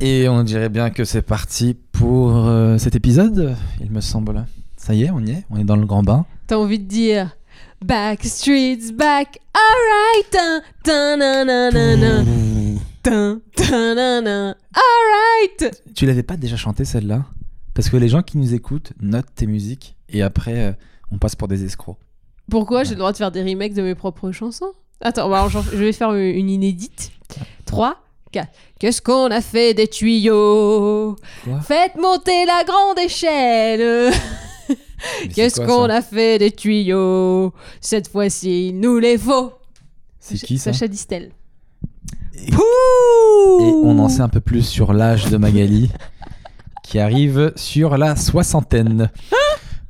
Et on dirait bien que c'est parti pour euh, cet épisode, il me semble. Ça y est, on y est, on est dans le grand bain. T'as envie de dire Backstreet's back, alright, hein. tin, tin, nan, nan, nan, nan, tin, tin, nan, nan, alright. Tu l'avais pas déjà chanté celle-là Parce que les gens qui nous écoutent notent tes musiques et après euh, on passe pour des escrocs. Pourquoi j'ai le droit de faire des remakes de mes propres chansons Attends, bah, alors, j'en- je vais faire une une inédite. 3, 4. Qu'est-ce qu'on a fait des tuyaux Quoi Faites monter la grande échelle Mais c'est Qu'est-ce quoi, qu'on ça a fait des tuyaux Cette fois-ci, il nous les faut. C'est Sacha- qui ça Sacha Distel. Et- Et on en sait un peu plus sur l'âge de Magali, qui arrive sur la soixantaine. Ah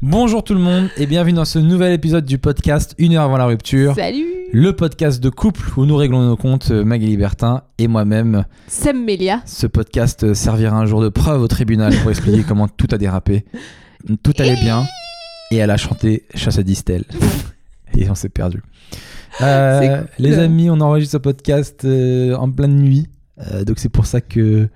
Bonjour tout le monde et bienvenue dans ce nouvel épisode du podcast Une heure avant la rupture. Salut Le podcast de couple où nous réglons nos comptes, euh, Magali Bertin et moi-même. Sam Melia. Ce podcast euh, servira un jour de preuve au tribunal pour expliquer comment tout a dérapé. Tout allait bien et elle a chanté Chasse à Distel. et on s'est perdu. Euh, C'est cool. hein. Les amis, on enregistre ce podcast euh, en pleine nuit. Euh, donc c'est pour ça que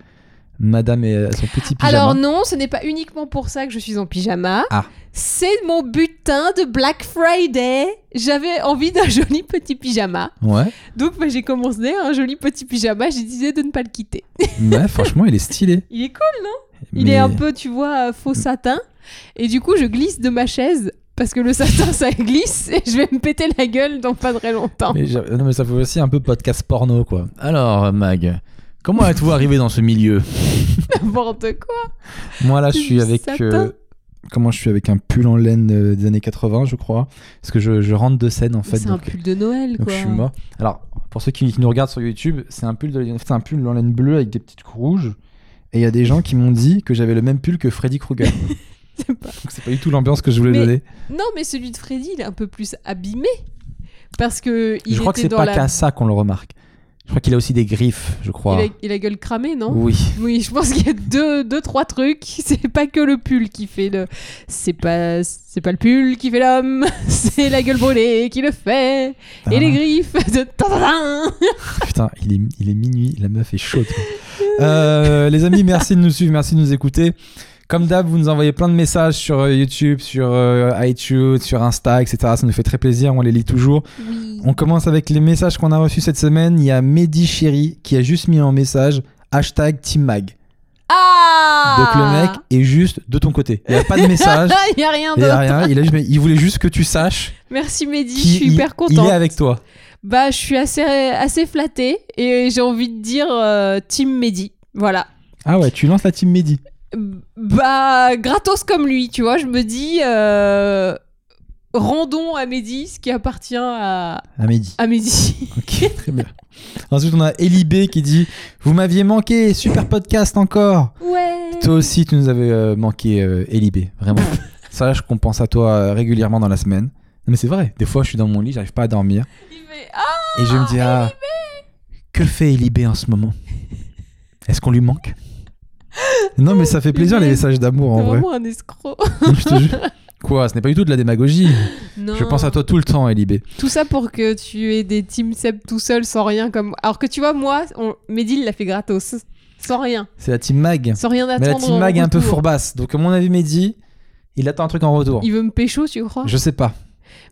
madame est à son petit pyjama. Alors non, ce n'est pas uniquement pour ça que je suis en pyjama. Ah. C'est mon butin de Black Friday. J'avais envie d'un joli petit pyjama. Ouais, Donc bah, j'ai commencé un joli petit pyjama. J'ai décidé de ne pas le quitter. mais franchement, il est stylé. Il est cool. Il Mais- est un peu, tu vois, euh, faux satin. Et du coup, je glisse de ma chaise. Parce que le satin, ça glisse et je vais me péter la gueule dans pas très longtemps. Mais j'a- non, mais ça fait aussi un peu podcast porno, quoi. Alors, Mag, comment êtes-vous arrivé dans ce milieu N'importe quoi. Moi, là, je Du suis avec. satin. euh, comment je suis avec un pull en laine euh, des années 80, je crois. Parce que je, je rentre de scène, en fait. C'est un Donc, pull de Noël, donc quoi. je suis mort. Alors, pour ceux qui, qui nous regardent sur YouTube, c'est un pull, de, c'est un pull en laine bleue avec des petites coups rouges. Et il y a des gens qui m'ont dit que j'avais le même pull que Freddy Krueger. C'est pas- Donc, c'est pas du tout l'ambiance que je voulais Mais donner. Non, mais celui de Freddy, il est un peu plus abîmé. Parce que il Je crois que était c'est dans pas la... qu'à ça qu'on le remarque. Je crois qu'il a aussi des griffes, je Il crois. a, il a gueule cramée, non oui. Oui. je pense qu'il y a deux, deux, trois trucs. C'est pas que le pull qui fait le. C'est pas, c'est pas le pull qui fait l'homme. C'est la gueule brûlée qui le fait. Et Ah. les griffes. De... Tadadam Putain, il est, il est minuit, la meuf est chaude. quoi. Euh, les amis, merci de nous suivre, merci de nous écouter. Comme d'hab, vous nous envoyez plein de messages sur euh, YouTube, sur euh, iTunes, sur Insta, etc. Ça nous fait très plaisir, on les lit toujours. Oui. On commence avec les messages qu'on a reçus cette semaine. Il y a Mehdi Chéri qui a juste mis en message hashtag Team Mag. Ah Donc le mec est juste de ton côté. Il n'y a pas de message, Ah, il y a rien il y d'autre. a rien. Il, a juste- il voulait juste que tu saches Merci Mehdi, je qu'il suis hyper il contente. est avec toi. Bah, je suis assez, assez flattée et j'ai envie de dire euh, Team Mehdi. Voilà. Ah ouais, tu lances la Team Mehdi. bah gratos comme lui, tu vois, je me dis euh, rendons à Mehdi ce qui appartient à, Ah Mehdi. à Mehdi. Ok, très bien. Ensuite, on a Eli B qui dit Vous m'aviez manqué, super podcast encore. Ouais. Toi aussi, tu nous avais euh, manqué, euh, Eli B, vraiment. Ça, je compense à toi euh, régulièrement dans la semaine. Non, mais c'est vrai, des fois, je suis dans mon lit, j'arrive pas à dormir. Il fait, Ah, Et je me dis Ah, que fait Eli B en ce moment Est-ce qu'on lui manque Non, mais ça fait plaisir les messages d'amour c'est en vrai. vraiment un escroc. Je te jure. Quoi Ce n'est pas du tout de la démagogie. Non. Je pense à toi tout le temps, Eli B. Tout ça pour que tu aies des team seb tout seul sans rien comme. Alors que tu vois moi, on... Mehdi il l'a fait gratos, sans rien, C'est la team Mag. sans rien Mais attendre. la team en Mag est un peu retour. fourbasse. Donc, à mon avis, Mehdi, il attend un truc en retour. Il veut me pécho, tu crois Je sais pas.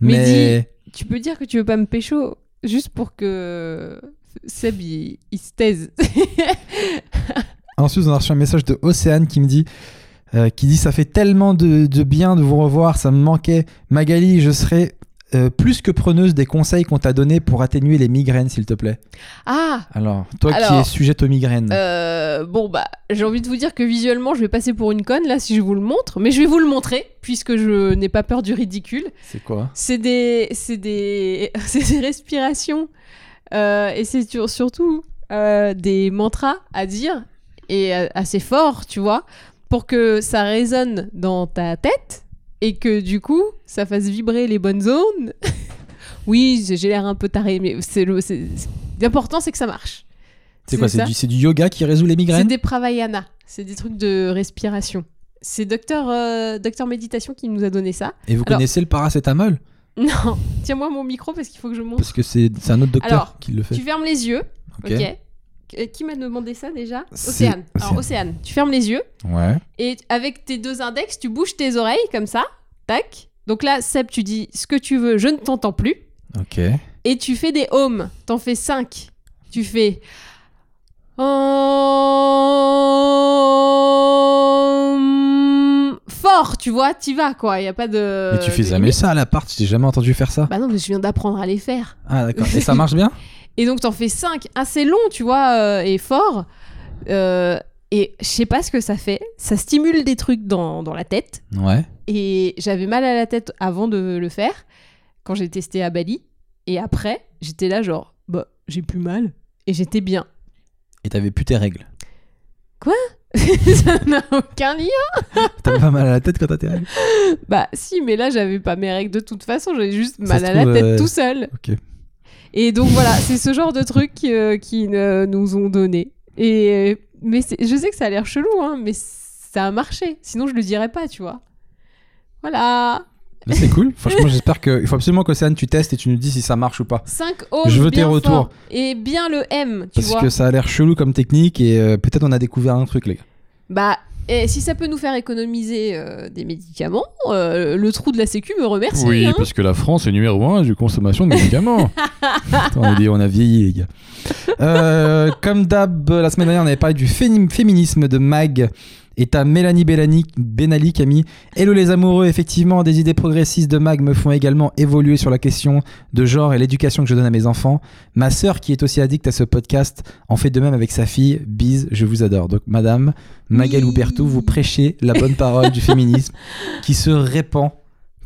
Mais Mais Tu peux dire que tu veux pas me pécho juste pour que Seb il, il se taise. ensuite, on a reçu un message de Océane qui me dit. euh, qui dit ça fait tellement de, de bien de vous revoir, ça me manquait. Magali, je serai euh, plus que preneuse des conseils qu'on t'a donnés pour atténuer les migraines, s'il te plaît. ah Alors, toi qui Alors, es sujette aux migraines, Euh, bon bah j'ai envie de vous dire que visuellement je vais passer pour une conne là si je vous le montre mais je vais vous le montrer puisque je n'ai pas peur du ridicule c'est quoi c'est des c'est des c'est des respirations euh, et c'est sur- surtout euh, des mantras à dire et euh, assez fort tu vois pour que ça résonne dans ta tête et que du coup ça fasse vibrer les bonnes zones oui j'ai j'ai l'air un peu taré mais c'est le c'est- c'est- l'important c'est que ça marche C'est quoi c'est C'est ça. du, c'est du yoga qui résout les c'est migraines des pravayana, c'est des trucs de respiration. C'est docteur, euh, docteur méditation qui nous a donné ça. Et vous Alors- connaissez le paracétamol Non, tiens-moi mon micro parce qu'il faut que je monte. Parce que c'est c'est un autre docteur Alors, qui le fait. Tu fermes les yeux, ok, Ok. Euh, Qui m'a demandé ça déjà C'est- Océane. Alors, Océane, tu fermes les yeux Ouais. et t- avec tes deux index, tu bouges tes oreilles comme ça. Tac. Donc là, Seb, tu dis ce que tu veux, je ne t'entends plus. Ok. Et tu fais des homes. T'en fais cinq. Tu fais. Om. Fort, tu vois, t'y vas quoi. Y a pas de. Mais tu fais de jamais limite. ça à la part, j'ai jamais entendu faire ça. Bah non, mais je viens d'apprendre à les faire. Ah d'accord. Et ça marche bien Et donc, t'en fais 5, assez long, tu vois, euh, et fort. Euh, et je sais pas ce que ça fait. Ça stimule des trucs dans, dans la tête. Ouais. Et j'avais mal à la tête avant de le faire, quand j'ai testé à Bali. Et après, j'étais là, genre, bah, j'ai plus mal. Et j'étais bien. Et t'avais plus tes règles. ça n'a aucun lien. T'avais pas mal à la tête quand t'as tes règles Bah, si, mais là, j'avais pas mes règles de toute façon. J'avais juste Ça mal se à la trouve, tête euh, tout seul. Ok. Et donc voilà, c'est ce genre de trucs euh, qui euh, nous ont donné. Et mais c'est- je sais que ça a l'air chelou, hein, mais ça a marché. Sinon, je le dirais pas, tu vois. Voilà. Mais c'est cool. Franchement, j'espère que. Il faut absolument qu'Océane, tu testes et tu nous dis si ça marche ou pas. 5 ohms. Je veux tes bien retours. fort. Et bien le M, tu Parce vois. que ça a l'air chelou comme technique et euh, peut-être on a découvert un truc, les gars. Bah. Et si ça peut nous faire économiser euh, des médicaments, euh, le trou de la sécu me Ah, remercie. Oui, hein. parce que la France est numéro un du consommation de médicaments. Attends, on, est- on a vieilli, les gars. Euh, comme d'hab, la semaine dernière, on avait parlé du féni- féminisme de Mag. Et t'as Mélanie Bellani, Benali qui a mis Hello les amoureux, effectivement, des idées progressistes de Mag me font également évoluer sur la question de genre et l'éducation que je donne à mes enfants. Ma sœur, qui est aussi addict à ce podcast, en fait de même avec sa fille. Bise, je vous adore. Donc, madame Magalou Oui. Bertou, vous prêchez la bonne parole du féminisme qui se répand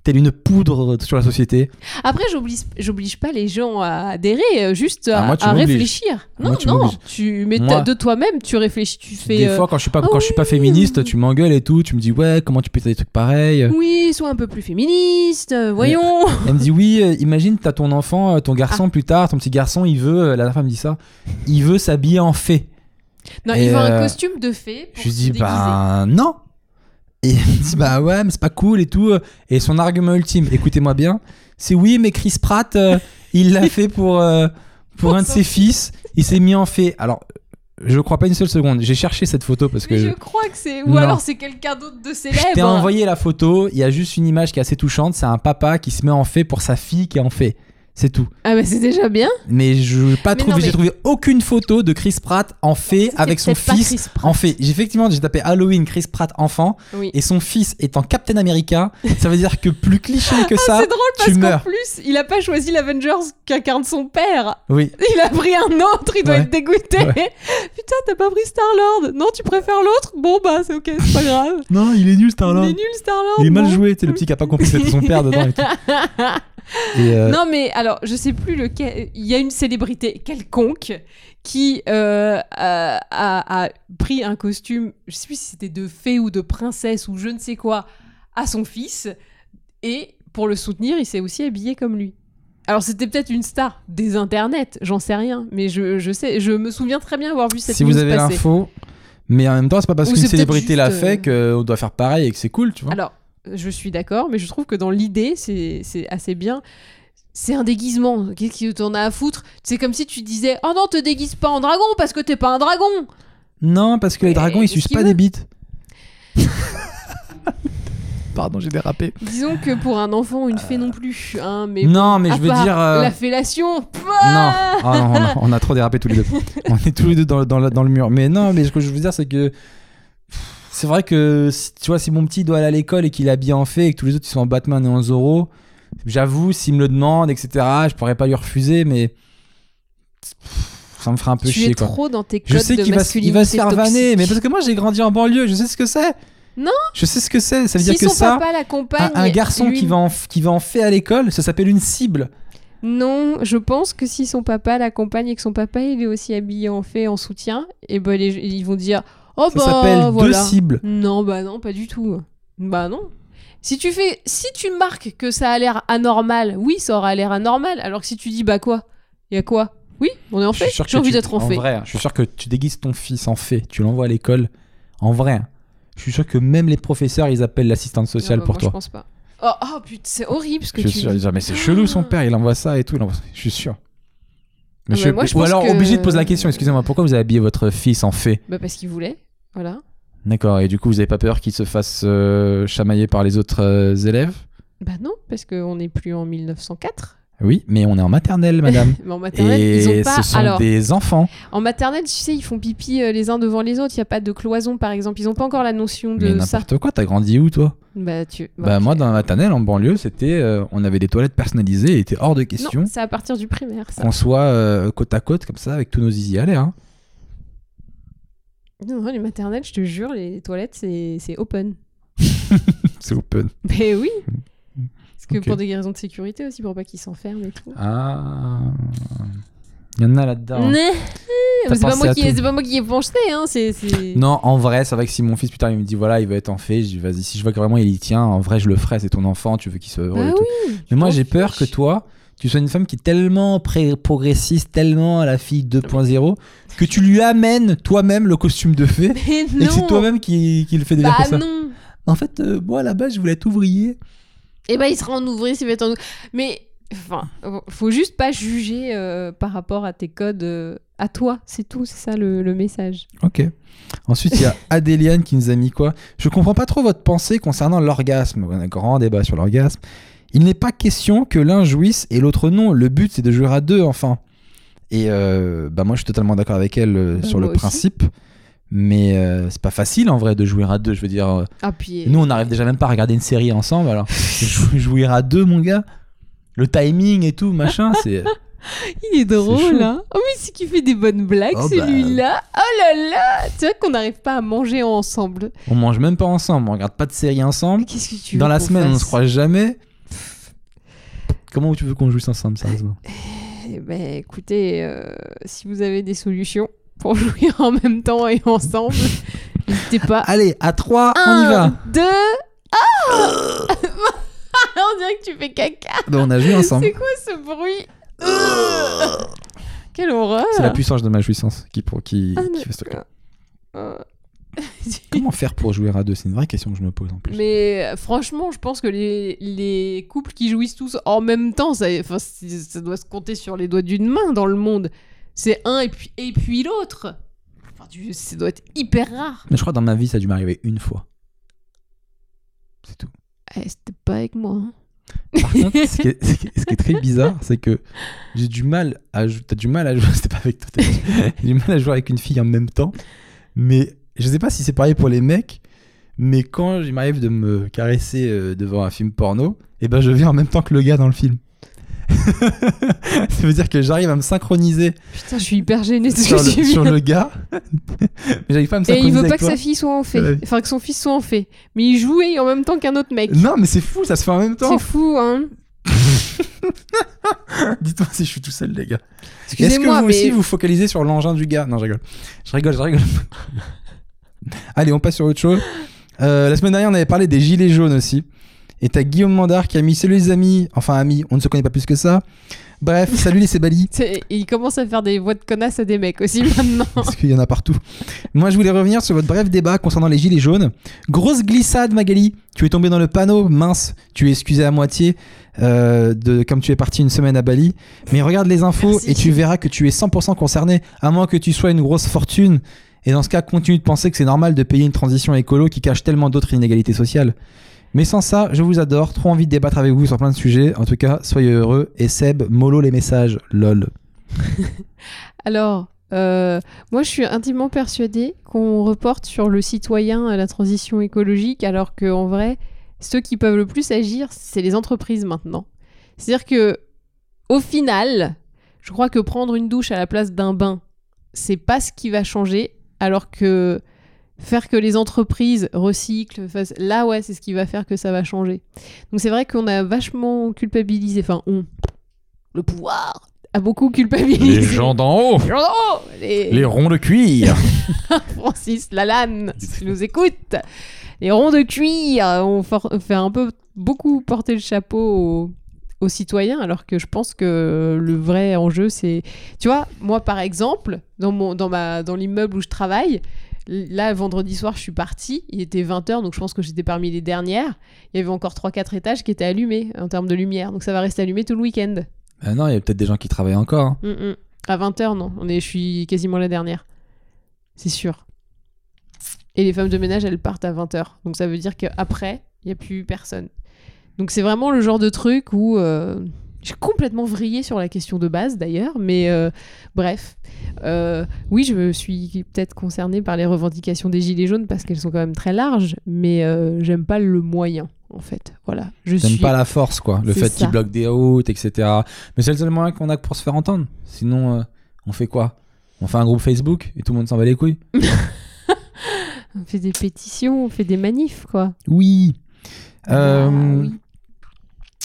telle une poudre sur la société. Après, j'oblige, j'oblige pas les gens à adhérer, euh, juste Ah, à, moi, tu à m'obliges. Ah, réfléchir. Non, Moi, tu non, m'obliges. tu mais Moi- de toi-même, tu réfléchis, tu des fais. euh, fois, quand je suis pas, ah quand je suis pas féministe, tu m'engueules et tout. Tu me dis, ouais, comment tu peux faire des trucs pareils Oui, sois un peu plus féministe, euh, voyons. Elle me dit, oui, euh, imagine, t'as ton enfant, euh, ton garçon Ah. plus tard, ton petit garçon, il veut, euh, la femme me dit ça, il veut s'habiller en fée. Non, Et, il veut un euh, costume de fée. Pour Je lui se dis, déguiser. bah non Et elle me dit, bah ouais, mais c'est pas cool et tout. Et son argument ultime, écoutez-moi bien, c'est oui, mais Chris Pratt, euh, il l'a fait pour, euh, pour un de ses fils, il s'est mis en fée. Alors, je crois pas une seule seconde, j'ai cherché cette photo parce que. Mais je crois que c'est. Ou Non. alors c'est quelqu'un d'autre de Je célèbre. t'ai envoyé la photo, il y a juste une image qui est assez touchante, c'est un papa qui se met en fée pour sa fille qui est en fée. C'est tout. Ah, bah c'est déjà bien. Mais je n'ai pas Mais trouvé, non, j'ai mais- trouvé aucune photo de Chris Pratt en fée C'était avec son peut-être pas fils Chris Pratt. en fée. J'ai- Effectivement, j'ai tapé Halloween Chris Pratt enfant Oui. et son fils étant Captain America, ça veut dire que plus cliché que ça, Ah, C'est drôle tu Oh, parce qu'en meurs. plus, il a pas choisi l'Avengers qu'incarne son père. Oui. Il a pris un autre, il doit Ouais. être dégoûté. Putain, t'as pas pris Star-Lord. Non, tu préfères l'autre Bon, bah, c'est ok, c'est pas grave. Non, il est nul Il Star-Lord. est nul, Oh, Star-Lord. Il est mal bon. joué, c'est le petit qui a pas compris que c'était son père dedans et tout. Et, euh, Non, mais alors, je sais plus lequel. Il y a une célébrité quelconque qui euh, a, a- a pris un costume, je sais plus si c'était de fée ou de princesse ou je ne sais quoi, à son fils. Et pour le soutenir, il s'est aussi habillé comme lui. Alors, c'était peut-être une star des internets, j'en sais rien. Mais je, je sais, je me souviens très bien avoir vu cette si vous news avez passer. l'info, mais en même temps, c'est pas parce Ou qu'une c'est peut-être célébrité l'a juste, euh, fait qu'on doit faire pareil et que c'est cool, tu vois. Alors, je suis d'accord, mais je trouve que dans l'idée, c'est c'est assez bien. C'est un déguisement. Qu'est-ce qui t'en a à foutre C'est comme si tu disais Oh non, te déguise pas en dragon parce que t'es pas un dragon Non, parce que les Et dragons, ils ce sucent qu'il pas veut. des bites. Pardon, j'ai dérapé. Disons que pour un enfant, une fée non plus. Hein, mais non, mais à je veux part dire. euh, La fellation Non. Ah non, on a- on a trop dérapé tous les deux. on est tous les deux dans, le- dans le- dans le mur. Mais non, mais ce que je veux dire, c'est que. pff, C'est vrai que, si- tu vois, si mon petit doit aller à l'école et qu'il est habillé en fée et que tous les autres ils sont en Batman et en Zorro, j'avoue, s'il me le demande, etc., je pourrais pas lui refuser, mais. pff, Ça me ferait un peu Tu chier, es quoi. trop dans tes codes Je sais de qu'il va, se- il masculinité va se faire toxique. vanner, mais parce que moi j'ai grandi en banlieue, je sais ce que c'est. Non. Je sais ce que c'est. Ça veut si dire que son ça, papa l'accompagne, un, un garçon lui- qui va en f- qui va en fait à l'école, ça s'appelle une cible. Non, je pense que si son papa l'accompagne et que son papa il est aussi habillé en fée en soutien, et ben les- ils vont dire oh Ça bah s'appelle deux voilà. cibles. Non, bah non, pas du tout. Bah non. Si tu fais, si tu marques que ça a l'air anormal, oui, ça aura l'air anormal. Alors que si tu dis bah quoi, y a quoi Oui, on est en Je suis fait. sûr que J'ai envie tu- d'être en fait. vrai, hein, je suis sûr que tu déguises ton fils en fée, tu l'envoies à l'école en vrai. hein. Je suis sûr que même les professeurs, ils appellent l'assistante Non, sociale bah, pour moi, toi. Je pense pas. Oh, oh, putain, c'est horrible ce que Je tu suis sûr, ils dis. disent, mais c'est chelou son père, il envoie ça et tout. il envoie ça. Je suis sûr. Monsieur- Ah bah moi, je Ou pense alors que- obligé de poser la question, excusez-moi, pourquoi vous avez habillé votre fils en fée Bah, parce qu'il voulait. Voilà. D'accord, et du coup vous avez pas peur qu'il se fasse euh, chamailler par les autres euh, élèves Bah non, parce qu'on n'est plus en 1904. Oui, mais on est en maternelle, madame. Mais en maternelle, ils et ont pas. ce sont Alors, des enfants. en maternelle, tu sais, ils font pipi euh, les uns devant les autres. Il n'y a pas de cloison, par exemple. Ils n'ont pas encore la notion Mais de ça. n'importe quoi, t'as grandi où toi Bah, tu. Bah moi dans la maternelle en banlieue, c'était euh, on avait des toilettes personnalisées, et était hors de question Non, c'est à partir du primaire, ça. qu'on soit euh, côte à côte comme ça avec tous nos zizi à l'air. hein. Non, non, les maternelles, je te jure, les toilettes, c'est c'est open. C'est open. Mais oui Parce que Ok. pour des raisons de sécurité aussi, pour pas qu'ils s'enferment et tout. Ah. Il y en a là-dedans. Mais Ah. T'as c'est pas, pensé moi à qui- tout. c'est pas moi qui ai pensé, hein, c'est... c'est- Non, en vrai, c'est vrai que si mon fils plus tard il me dit voilà, il veut être en fée, je dis vas-y, si je vois que vraiment il y tient, en vrai je le ferai, c'est ton enfant, tu veux qu'il soit heureux Bah et tout. oui Mais moi t'en j'ai peur que fiches. toi, tu sois une femme qui est tellement pré- progressiste, tellement à la fille 2.0, que tu lui amènes toi-même le costume de fée Mais et non que c'est toi-même qui, qui le fait devenir Bah comme ça. non En fait, euh, moi à la base je voulais être ouvrier. Eh ben, il sera en ouvrier s'il va être en ouvrier. Mais, enfin, faut juste pas juger euh, par rapport à tes codes euh, à toi. C'est tout, c'est ça le, le message. Ok. Ensuite, il y a Adéliane qui nous a mis quoi Je comprends pas trop votre pensée concernant l'orgasme. On a un grand débat sur l'orgasme. Il n'est pas question que l'un jouisse et l'autre non. Le but, c'est de jouer à deux, enfin. Et euh, bah moi, je suis totalement d'accord avec elle euh, Bah, sur le moi aussi. principe. Mais euh, c'est pas facile en vrai de jouer à deux. Je veux dire, euh, Ah, puis... nous, on n'arrive déjà même pas à regarder une série ensemble. Alors, jou- jouir à deux, mon gars. Le timing et tout, machin, c'est. Il est drôle, chaud. hein. Oh, mais c'est qu'il fait des bonnes blagues, Oh, bah. celui-là. Oh là là Tu vois qu'on n'arrive pas à manger ensemble. On mange même pas ensemble, on regarde pas de série ensemble. Mais Qu'est-ce que tu veux Dans la qu'on semaine, on fasse se croise jamais. Comment tu veux qu'on joue ensemble, sérieusement Eh ben, écoutez, euh, si vous avez des solutions pour jouer en même temps et ensemble, n'hésitez pas. Allez, à 3, on y Un, va Deux. Ah On dirait que tu fais caca. Bah, On a joué ensemble. C'est quoi ce bruit Quelle horreur C'est la puissance de ma jouissance qui, pour, qui, Ah, qui fait ce truc. Euh, Comment faire pour jouer à deux C'est une vraie question que je me pose en plus. Mais euh, franchement, je pense que les, les couples qui jouissent tous en même temps, ça, enfin, c'est- ça doit se compter sur les doigts d'une main dans le monde. C'est un et puis, et puis l'autre. Enfin, tu- ça doit être hyper rare. Mais je crois que dans ma vie, ça a dû m'arriver une fois. C'est tout. Eh, C'était pas avec moi. hein. Par contre, ce, qui est, ce qui est- ce qui est très bizarre, c'est que j'ai du mal à jou- T'as du mal à jouer. C'était pas avec toi. t'as dit. J'ai du mal à jouer avec une fille en même temps. Mais je sais pas si c'est pareil pour les mecs. Mais quand il m'arrive de me caresser euh, devant un film porno, et ben je viens en même temps que le gars dans le film. Ça veut dire que j'arrive à me synchroniser Putain, je suis hyper gênée de ce sur que tu le, viens sur le gars. mais j'arrive pas à me Et synchroniser. il veut avec pas que toi. sa fille soit en fée. Ouais. Enfin, que son fils soit en fée. Mais il jouait en même temps qu'un autre mec. Non, mais c'est fou, ça se fait en même temps. C'est fou, hein. Dites-moi si je suis tout seul, les gars. Est-ce que Excusez-moi, vous mais. aussi vous focalisez sur l'engin du gars Non, je rigole. Je rigole, je rigole. Allez, on passe sur autre chose. Euh, la semaine dernière, on avait parlé des gilets jaunes aussi. Et t'as Guillaume Mandard qui a mis Salut les amis, enfin amis, on ne se connaît pas plus que ça. Bref, salut les Sébalis, C'est- Il commence à faire des voix de connasse à des mecs aussi maintenant. parce qu'il y en a partout. Moi, je voulais revenir sur votre bref débat concernant les gilets jaunes. Grosse glissade, Magali. Tu es tombé dans le panneau, mince. Tu es excusé à moitié, euh, de, comme tu es parti une semaine à Bali. Mais regarde les infos Merci. et tu verras que tu es 100% concerné, à moins que tu sois une grosse fortune. Et dans ce cas, continue de penser que c'est normal de payer une transition écolo qui cache tellement d'autres inégalités sociales. Mais sans ça, je vous adore. Trop envie de débattre avec vous sur plein de sujets. En tout cas, soyez heureux. Et Seb, mollo les messages. Lol. Alors, euh, moi, je suis intimement persuadée qu'on reporte sur le citoyen à la transition écologique, alors qu'en vrai, ceux qui peuvent le plus agir, c'est les entreprises maintenant. C'est-à-dire que, au final, je crois que prendre une douche à la place d'un bain, c'est pas ce qui va changer, alors que faire que les entreprises recyclent, fassent- là, ouais, c'est ce qui va faire que ça va changer. Donc, c'est vrai qu'on a vachement culpabilisé, enfin, on, le pouvoir a beaucoup culpabilisé. Les gens d'en haut Oh, les, Les ronds de cuir Francis Lalanne, si tu nous écoutes. Les ronds de cuir ont for- fait un peu beaucoup porter le chapeau aux, aux citoyens, alors que je pense que le vrai enjeu, c'est... Tu vois, moi, par exemple, dans, mon, dans, ma, dans l'immeuble où je travaille, là, vendredi soir, je suis partie, il était 20h, donc je pense que j'étais parmi les dernières. Il y avait encore 3-4 étages qui étaient allumés en termes de lumière, donc ça va rester allumé tout le week-end. Euh, Ah non, il y a peut-être des gens qui travaillent encore. hein. Mm, mm. À 20h, non. On est, je suis quasiment la dernière. C'est sûr. Et les femmes de ménage, elles partent à 20h. Donc ça veut dire qu'après, il n'y a plus personne. Donc c'est vraiment le genre de truc où. euh, j'ai complètement vrillé sur la question de base d'ailleurs, mais euh, bref. Euh, oui, je me suis peut-être concernée par les revendications des Gilets jaunes parce qu'elles sont quand même très larges, mais euh, j'aime pas le moyen en fait. Voilà. Je J'aime suis. pas la force, quoi. Le C'est fait ça. qu'ils bloquent des routes, etc. Mais c'est le seul moyen qu'on a que pour se faire entendre. Sinon, euh, on fait quoi On fait un groupe Facebook et tout le monde s'en bat les couilles On fait des pétitions, on fait des manifs quoi. Oui. Euh, Ah, oui.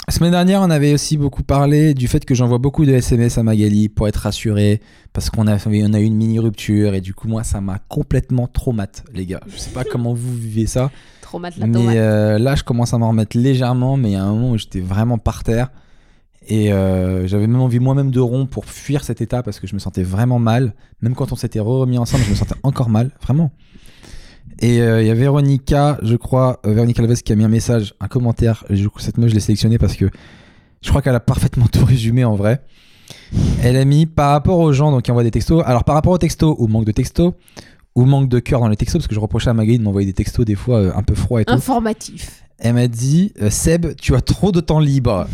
Semaine dernière, on avait aussi beaucoup parlé du fait que j'envoie beaucoup de SMS à Magali pour être rassurée, parce qu'on a, on a eu une mini rupture, et du coup, moi, ça m'a complètement traumatisé, les gars. Je sais pas comment vous vivez ça, Trop mat la tomate. mais euh, là, je commence à m'en remettre légèrement, mais il y a un moment où j'étais vraiment par terre, et euh, j'avais même envie moi-même de rompre pour fuir cet état, parce que je me sentais vraiment mal. Même quand on s'était remis ensemble, je me sentais encore mal, vraiment. Et euh, il y a Véronica, je crois, euh, Véronica Alves qui a mis un message, un commentaire. Je- cette meuf, je l'ai sélectionnée parce que je crois qu'elle a parfaitement tout résumé en vrai. Elle a mis par rapport aux gens donc, qui envoient des textos. Alors, par rapport aux textos, au manque de textos, au manque de cœur dans les textos, parce que je reprochais à Magali de m'envoyer des textos des fois euh, un peu froid et tout. Informatif. Elle m'a dit euh, Seb, tu as trop de temps libre.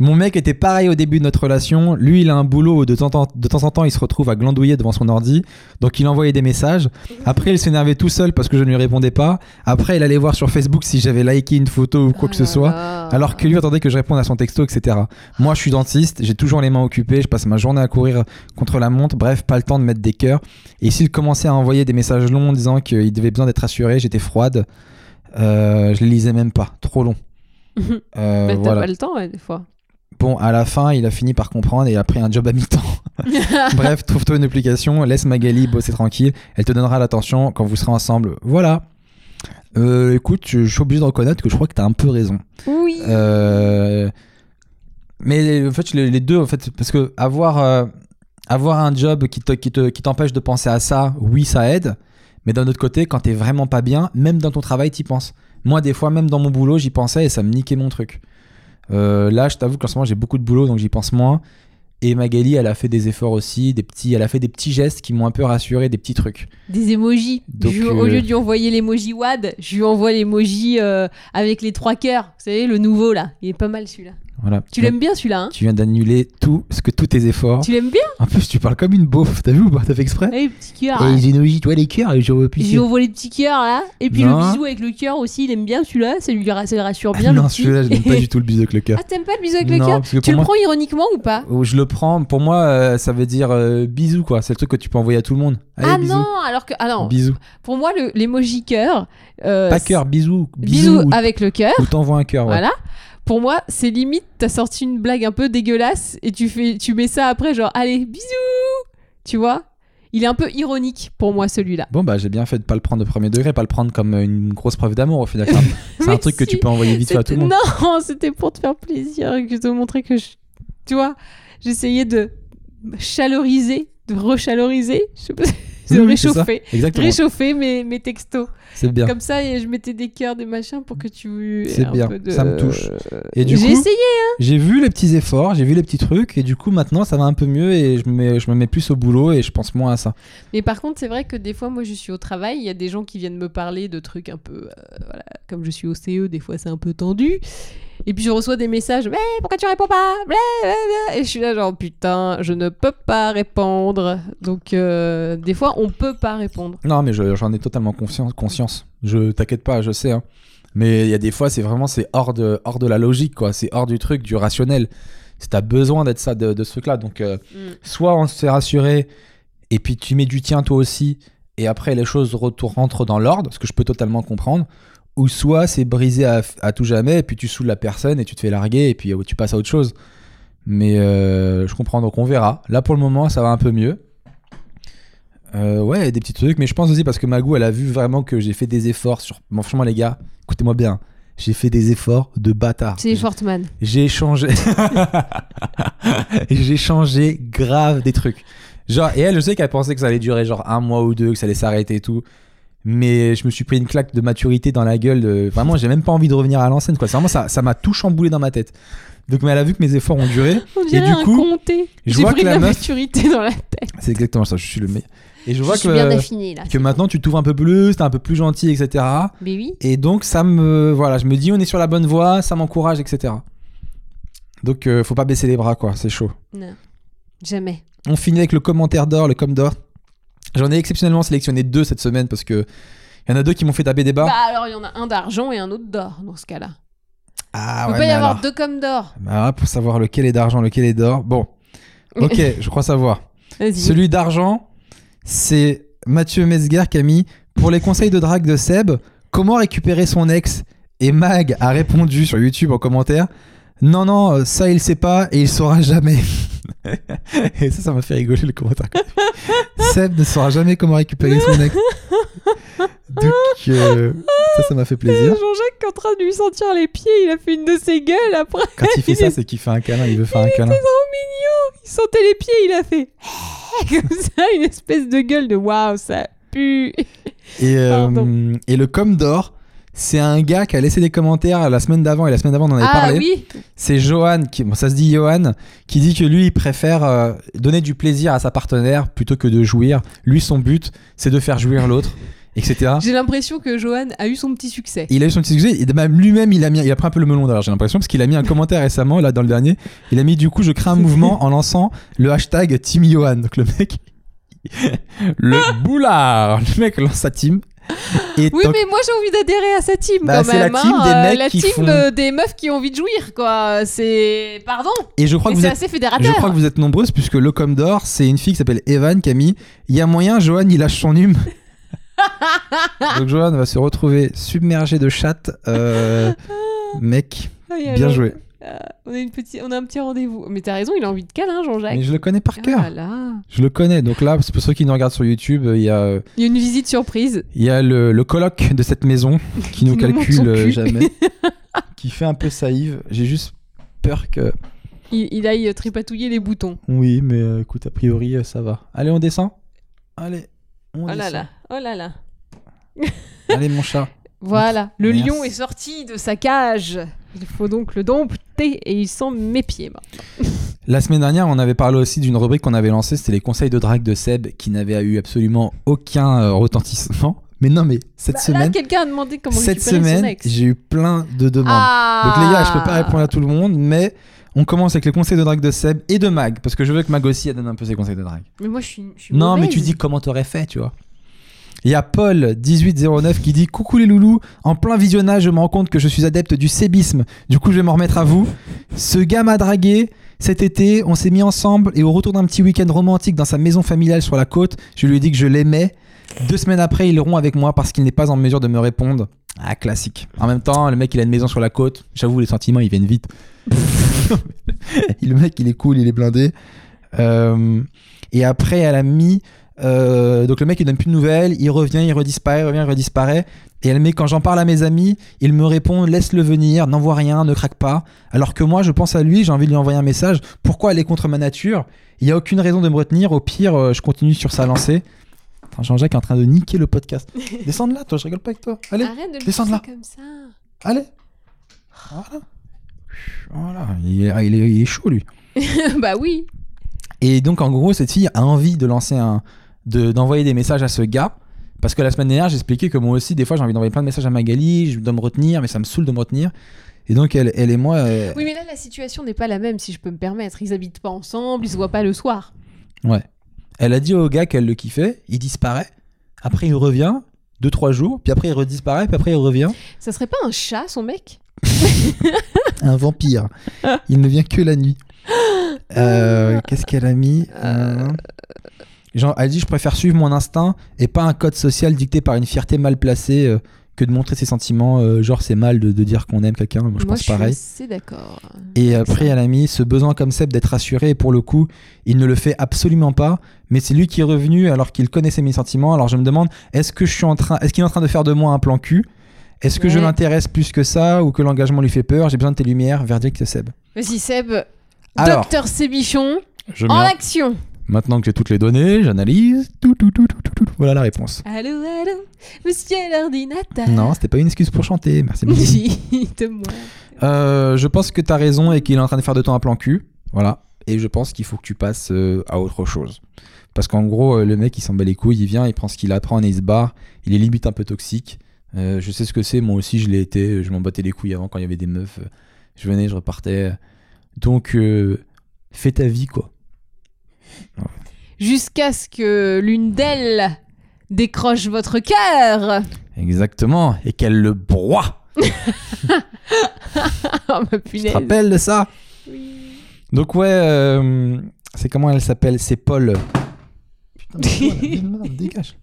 Mon mec était pareil au début de notre relation. Lui, il a un boulot où de temps en, de temps, en temps, il se retrouve à glandouiller devant son ordi. Donc, il envoyait des messages. Après, il s'énervait tout seul parce que je ne lui répondais pas. Après, il allait voir sur Facebook si j'avais liké une photo ou quoi Ah que ce soit. Alors que lui attendait que je réponde à son texto, etc. Moi, je suis dentiste, j'ai toujours les mains occupées, je passe ma journée à courir contre la montre, bref, pas le temps de mettre des cœurs. Et s'il commençait à envoyer des messages longs en disant qu'il devait besoin d'être rassuré, j'étais froide, euh, je les lisais même pas, trop long. Bah, Euh, t'as voilà. pas le temps ouais, des fois. Bon, à la fin, il a fini par comprendre et il a pris un job à mi-temps. bref, trouve-toi une application, laisse Magali bosser tranquille, elle te donnera l'attention quand vous serez ensemble. Voilà. Euh, écoute, je je suis obligé de reconnaître que je crois que t'as un peu raison. Oui. Euh, mais en fait, les, les deux, en fait, parce que avoir, euh, avoir un job qui te- qui te- qui t'empêche de penser à ça, oui, ça aide. Mais d'un autre côté, quand t'es vraiment pas bien, même dans ton travail, t'y penses. Moi, des fois, même dans mon boulot, j'y pensais et ça me niquait mon truc. Euh, là, je t'avoue qu'en ce moment, j'ai beaucoup de boulot, donc j'y pense moins. Et Magali, elle a fait des efforts aussi, des petits, elle a fait des petits gestes qui m'ont un peu rassuré, des petits trucs. Des emojis. Donc, Je- Au euh, lieu de lui envoyer l'emoji WAD, je lui envoie l'emoji euh, avec les trois cœurs. Vous savez, le nouveau là. Il est pas mal celui-là. Voilà. Tu l'aimes bien celui-là hein Tu viens d'annuler tout, ce que tous tes efforts. Tu l'aimes bien Eh, En plus, tu parles comme une beauf. T'as vu ou pas T'as fait exprès Les petits cœurs. Et Zenoji, toi les cœurs, je veux Je lui envoie les petits cœurs là. Et puis Non. le bisou avec le cœur aussi, il aime bien celui-là. Ça lui ra- ça le rassure bien. Ah, non, le petit. celui-là, je n'aime pas du tout le bisou avec le cœur. ah, t'aimes pas le bisou avec le Non, cœur parce que pour Tu le moi- prends ironiquement ou pas Oh, Je le prends, pour moi, euh, ça veut dire euh, bisou, quoi. C'est le truc que tu peux envoyer à tout le monde. Allez, Ah bisous. non, alors que. Ah non, Bisous. pour moi, le- l'emoji cœur. euh, Pas cœur, bisou. Bisou. Bisou ou- avec le cœur. Ou t'envoies un cœur, ouais. Voilà. Pour moi, c'est limite, t'as sorti une blague un peu dégueulasse et tu, fais, tu mets ça après, genre, allez, bisous Tu vois Il est un peu ironique pour moi, celui-là. Bon, bah, j'ai bien fait de pas le prendre au premier degré, pas le prendre comme euh, une grosse preuve d'amour, au final. C'est un Mais truc que si, tu peux envoyer vite fait à tout c'était- le monde. Non, c'était pour te faire plaisir et que te montrer que je. Tu vois, j'essayais de chaloriser, de rechaloriser, je sais pas, Oui, de oui, c'est ça. réchauffer. Exactement. Réchauffer mes, mes textos. C'est bien. Comme ça, et je mettais des cœurs, des machins pour que tu. aies C'est un bien, peu de- ça me touche. Et du coup, J'ai essayé. j'ai vu les petits efforts, j'ai vu les petits trucs, et du coup, maintenant, ça va un peu mieux, et je me mets, je me mets plus au boulot, et je pense moins à ça. Mais par contre, c'est vrai que des fois, moi, je suis au travail, il y a des gens qui viennent me parler de trucs un peu, euh, voilà, comme je suis au CE, des fois, c'est un peu tendu. Et puis je reçois des messages, mais pourquoi tu réponds pas Blablabla. Et je suis là genre putain, je ne peux pas répondre. Donc euh, des fois on peut pas répondre. Non, mais je- j'en ai totalement conscience. conscience. Je t'inquiète pas, je sais. hein. Mais il y a des fois, c'est vraiment c'est hors de, hors de la logique, quoi. C'est hors du truc, du rationnel. C'est t'as besoin d'être ça, de, de ce truc-là. Donc, euh, soit on se fait rassurer, et puis tu mets du tien toi aussi, et après les choses retour, rentrent dans l'ordre, ce que je peux totalement comprendre. Ou soit c'est brisé à, à tout jamais, et puis tu saoules la personne, et tu te fais larguer, et puis euh, tu passes à autre chose. Mais euh, je comprends, donc on verra. Là pour le moment, ça va un peu mieux. Euh, ouais, des petits trucs, mais je pense aussi parce que Magou, elle a vu vraiment que j'ai fait des efforts sur. Bon, franchement, les gars, écoutez-moi bien. J'ai fait des efforts de bâtard. C'est Fortman. J'ai changé. J'ai changé grave des trucs. Genre, et elle, je sais qu'elle pensait que ça allait durer genre un mois ou deux, que ça allait s'arrêter et tout. Mais je me suis pris une claque de maturité dans la gueule. de- Vraiment, j'ai même pas envie de revenir à l'ancienne. Quoi. C'est Vraiment, ça, ça m'a tout chamboulé dans ma tête. Donc, mais elle a vu que mes efforts ont duré. On dirait du un coup, comté. je J'ai vois pris que de la la meuf- maturité dans la tête. C'est exactement ça. Je suis le meilleur. Et je Je, vois suis que, bien affinée là. que maintenant, tu t'ouvres un peu plus, t'es un peu plus gentil, etc. Mais oui. Et donc, ça me. Voilà, je me dis, on est sur la bonne voie, ça m'encourage, etc. Donc, euh, faut pas baisser les bras, quoi, c'est chaud. Non. Jamais. On finit avec le commentaire d'or, le com d'or. J'en ai exceptionnellement sélectionné deux cette semaine parce que il y en a deux qui m'ont fait taper des barres. Bah alors, il y en a un d'argent et un autre d'or dans ce cas-là. ah, Il peut ouais, pas y mais avoir alors. deux comme d'or. Mais alors, pour savoir lequel est d'argent, lequel est d'or. Bon, ok, je crois savoir. Vas-y. Celui d'argent, c'est Mathieu Mesguer qui a mis Pour les conseils de drague de Seb, comment récupérer son ex Et Mag a répondu sur YouTube en commentaire Non, non, euh, ça il sait pas et il saura jamais. et ça, ça m'a fait rigoler le commentaire. Seb ne saura jamais comment récupérer son ex. Donc, euh, ça, ça m'a fait plaisir. Jean-Jacques qui est en train de lui sentir les pieds, il a fait une de ses gueules après. Quand il fait ça, c'est qu'il fait un câlin, il veut faire un câlin. Il sentait les pieds, il a fait comme ça, une espèce de gueule de waouh, ça pue. Et, euh, Pardon. et le com d'or, c'est un gars qui a laissé des commentaires la semaine d'avant et la semaine d'avant on en avait Ah parlé. oui, C'est Johan, qui, bon, ça se dit Johan, qui dit que lui il préfère euh, donner du plaisir à sa partenaire plutôt que de jouir. Lui son but c'est de faire jouir l'autre, etc. j'ai l'impression que Johan a eu son petit succès. Il a eu son petit succès, et même lui-même il a mis, il a pris un peu le melon d'ailleurs j'ai l'impression, parce qu'il a mis un commentaire récemment, là dans le dernier, il a mis du coup je crée un mouvement en lançant le hashtag Team Johan. Donc le mec, le boulard, le mec lance sa team. Et Oui, tant mais moi j'ai envie d'adhérer à sa team Bah, quand c'est la même. team hein. des Euh, mecs la qui team font- de- des meufs qui ont envie de jouir, quoi. C'est. Pardon, Et je crois mais que vous c'est êtes, assez fédérateur. je crois que vous êtes nombreuses puisque le com d'or, c'est une fille qui s'appelle Evan qui a mis il y a moyen Johan il lâche son hume. Donc Johan va se retrouver submergé de chatte euh, mec, Ah, il y a bien Jean- joué. Euh, on, a une petite... on a un petit rendez-vous. Mais t'as raison, il a envie de câlin, Mais Jean-Jacques. je le connais par Ah cœur. là. Je le connais. Donc là, c'est pour ceux qui nous regardent sur YouTube, il y a Il y a une visite surprise. il y a le, le coloc de cette maison qui nous Qui nous montre calcule son euh, cul. jamais, qui fait un peu saïve. J'ai juste peur que Il, il aille tripatouiller les boutons. oui, mais euh, écoute, a priori euh, ça va. Allez, on descend. Allez, on Oh descend. là là, oh là là. Allez mon chat. Voilà, le Merci. lion est sorti de sa cage. Il faut donc le dompter et il sent mes pieds. bah. La semaine dernière, on avait parlé aussi d'une rubrique qu'on avait lancée, c'était les conseils de drague de Seb, qui n'avait eu absolument aucun euh, retentissement. Mais non, mais cette Bah, là, semaine, quelqu'un a demandé comment cette récupérer son semaine, ex. j'ai eu plein de demandes. Ah. Donc les gars, je peux pas répondre à tout le monde, mais on commence avec les conseils de drague de Seb et de Mag, parce que je veux que Mag aussi elle donne un peu ses conseils de drague. Mais moi, je suis. je suis Non, mais mauvaise. tu dis comment t'aurais fait, tu vois. Il y a Paul1809 qui dit Coucou les loulous, en plein visionnage, je me rends compte que je suis adepte du sébisme. Du coup, je vais m'en remettre à vous. Ce gars m'a dragué. Cet été, on s'est mis ensemble et au retour d'un petit week-end romantique dans sa maison familiale sur la côte, je lui ai dit que je l'aimais. Deux semaines après, il rompt avec moi parce qu'il n'est pas en mesure de me répondre. Ah, classique. En même temps, le mec, il a une maison sur la côte. J'avoue, les sentiments, ils viennent vite. le mec, il est cool, il est blindé. Euh, et après, elle a mis. euh, donc le mec il donne plus de nouvelles, il revient, il redisparaît, il revient, il redisparaît. Et elle met quand j'en parle à mes amis, ils me répondent laisse-le venir, n'envoie rien, ne craque pas. Alors que moi je pense à lui, j'ai envie de lui envoyer un message. Pourquoi elle est contre ma nature Il n'y a aucune raison de me retenir. Au pire, euh, je continue sur sa lancée. Attends, Jean-Jacques est en train de niquer le podcast. Descends de là, toi, je rigole pas avec toi. Allez, Arrête de le descends de pousser là. comme ça. allez. Voilà. Voilà, il est- il est- il est chaud lui. bah oui. Et donc en gros, cette fille a envie de lancer un, de- d'envoyer des messages à ce gars. Parce que la semaine dernière, j'expliquais que moi aussi, des fois, j'ai envie d'envoyer plein de messages à Magali, je dois me retenir, mais ça me saoule de me retenir. Et donc, elle, elle et moi, euh, Oui, mais là, la situation n'est pas la même, si je peux me permettre. Ils habitent pas ensemble, ils se voient pas le soir. ouais. Elle a dit au gars qu'elle le kiffait, il disparaît. Après, il revient, deux, trois jours, puis après, il redisparaît, puis après, il revient. Ça serait pas un chat, son mec Un vampire. Il ne vient que la nuit. Euh, Qu'est-ce qu'elle a mis Euh, Genre, elle dit Je préfère suivre mon instinct et pas un code social dicté par une fierté mal placée euh, que de montrer ses sentiments. euh, genre, c'est mal de, de dire qu'on aime quelqu'un. Moi, je Moi, pense je pareil. suis assez d'accord. Et après, elle a mis ce besoin comme Seb d'être rassuré. Et pour le coup, il ne le fait absolument pas. Mais c'est lui qui est revenu alors qu'il connaissait mes sentiments. Alors je me demande, est-ce que je suis en train, est-ce qu'il est en train de faire de moi un plan cul Est-ce que je Ouais. l'intéresse plus que ça ou que l'engagement lui fait peur J'ai besoin de tes lumières. Verdict Seb. Vas-y, Seb. Alors. Docteur Sébichon, Je en mets- action. Maintenant que j'ai toutes les données, j'analyse. Tout, tout, tout, tout, tout, tout, tout. Voilà la réponse. Allô, allô, monsieur l'ordinateur. Non, c'était pas une excuse pour chanter. Merci. beaucoup. Dites-moi. Euh, je pense que t'as raison et qu'il est en train de faire de temps un plan cul. Voilà. Et je pense qu'il faut que tu passes euh, à autre chose. Parce qu'en gros, euh, le mec, il s'en bat les couilles, il vient, il prend ce qu'il apprend et il se barre. Il est limite un peu toxique. Euh, je sais ce que c'est, moi aussi je l'ai été. Je m'en battais les couilles avant quand il y avait des meufs. Je venais, je repartais. Donc, euh, fais ta vie, quoi. Jusqu'à ce que l'une d'elles décroche votre cœur. Exactement. Et qu'elle le broie. Oh Tu ma te punaise. rappelles de ça Oui. Donc, ouais, euh, c'est comment elle s'appelle C'est Paul. Putain, mais toi, la même merde, dégage.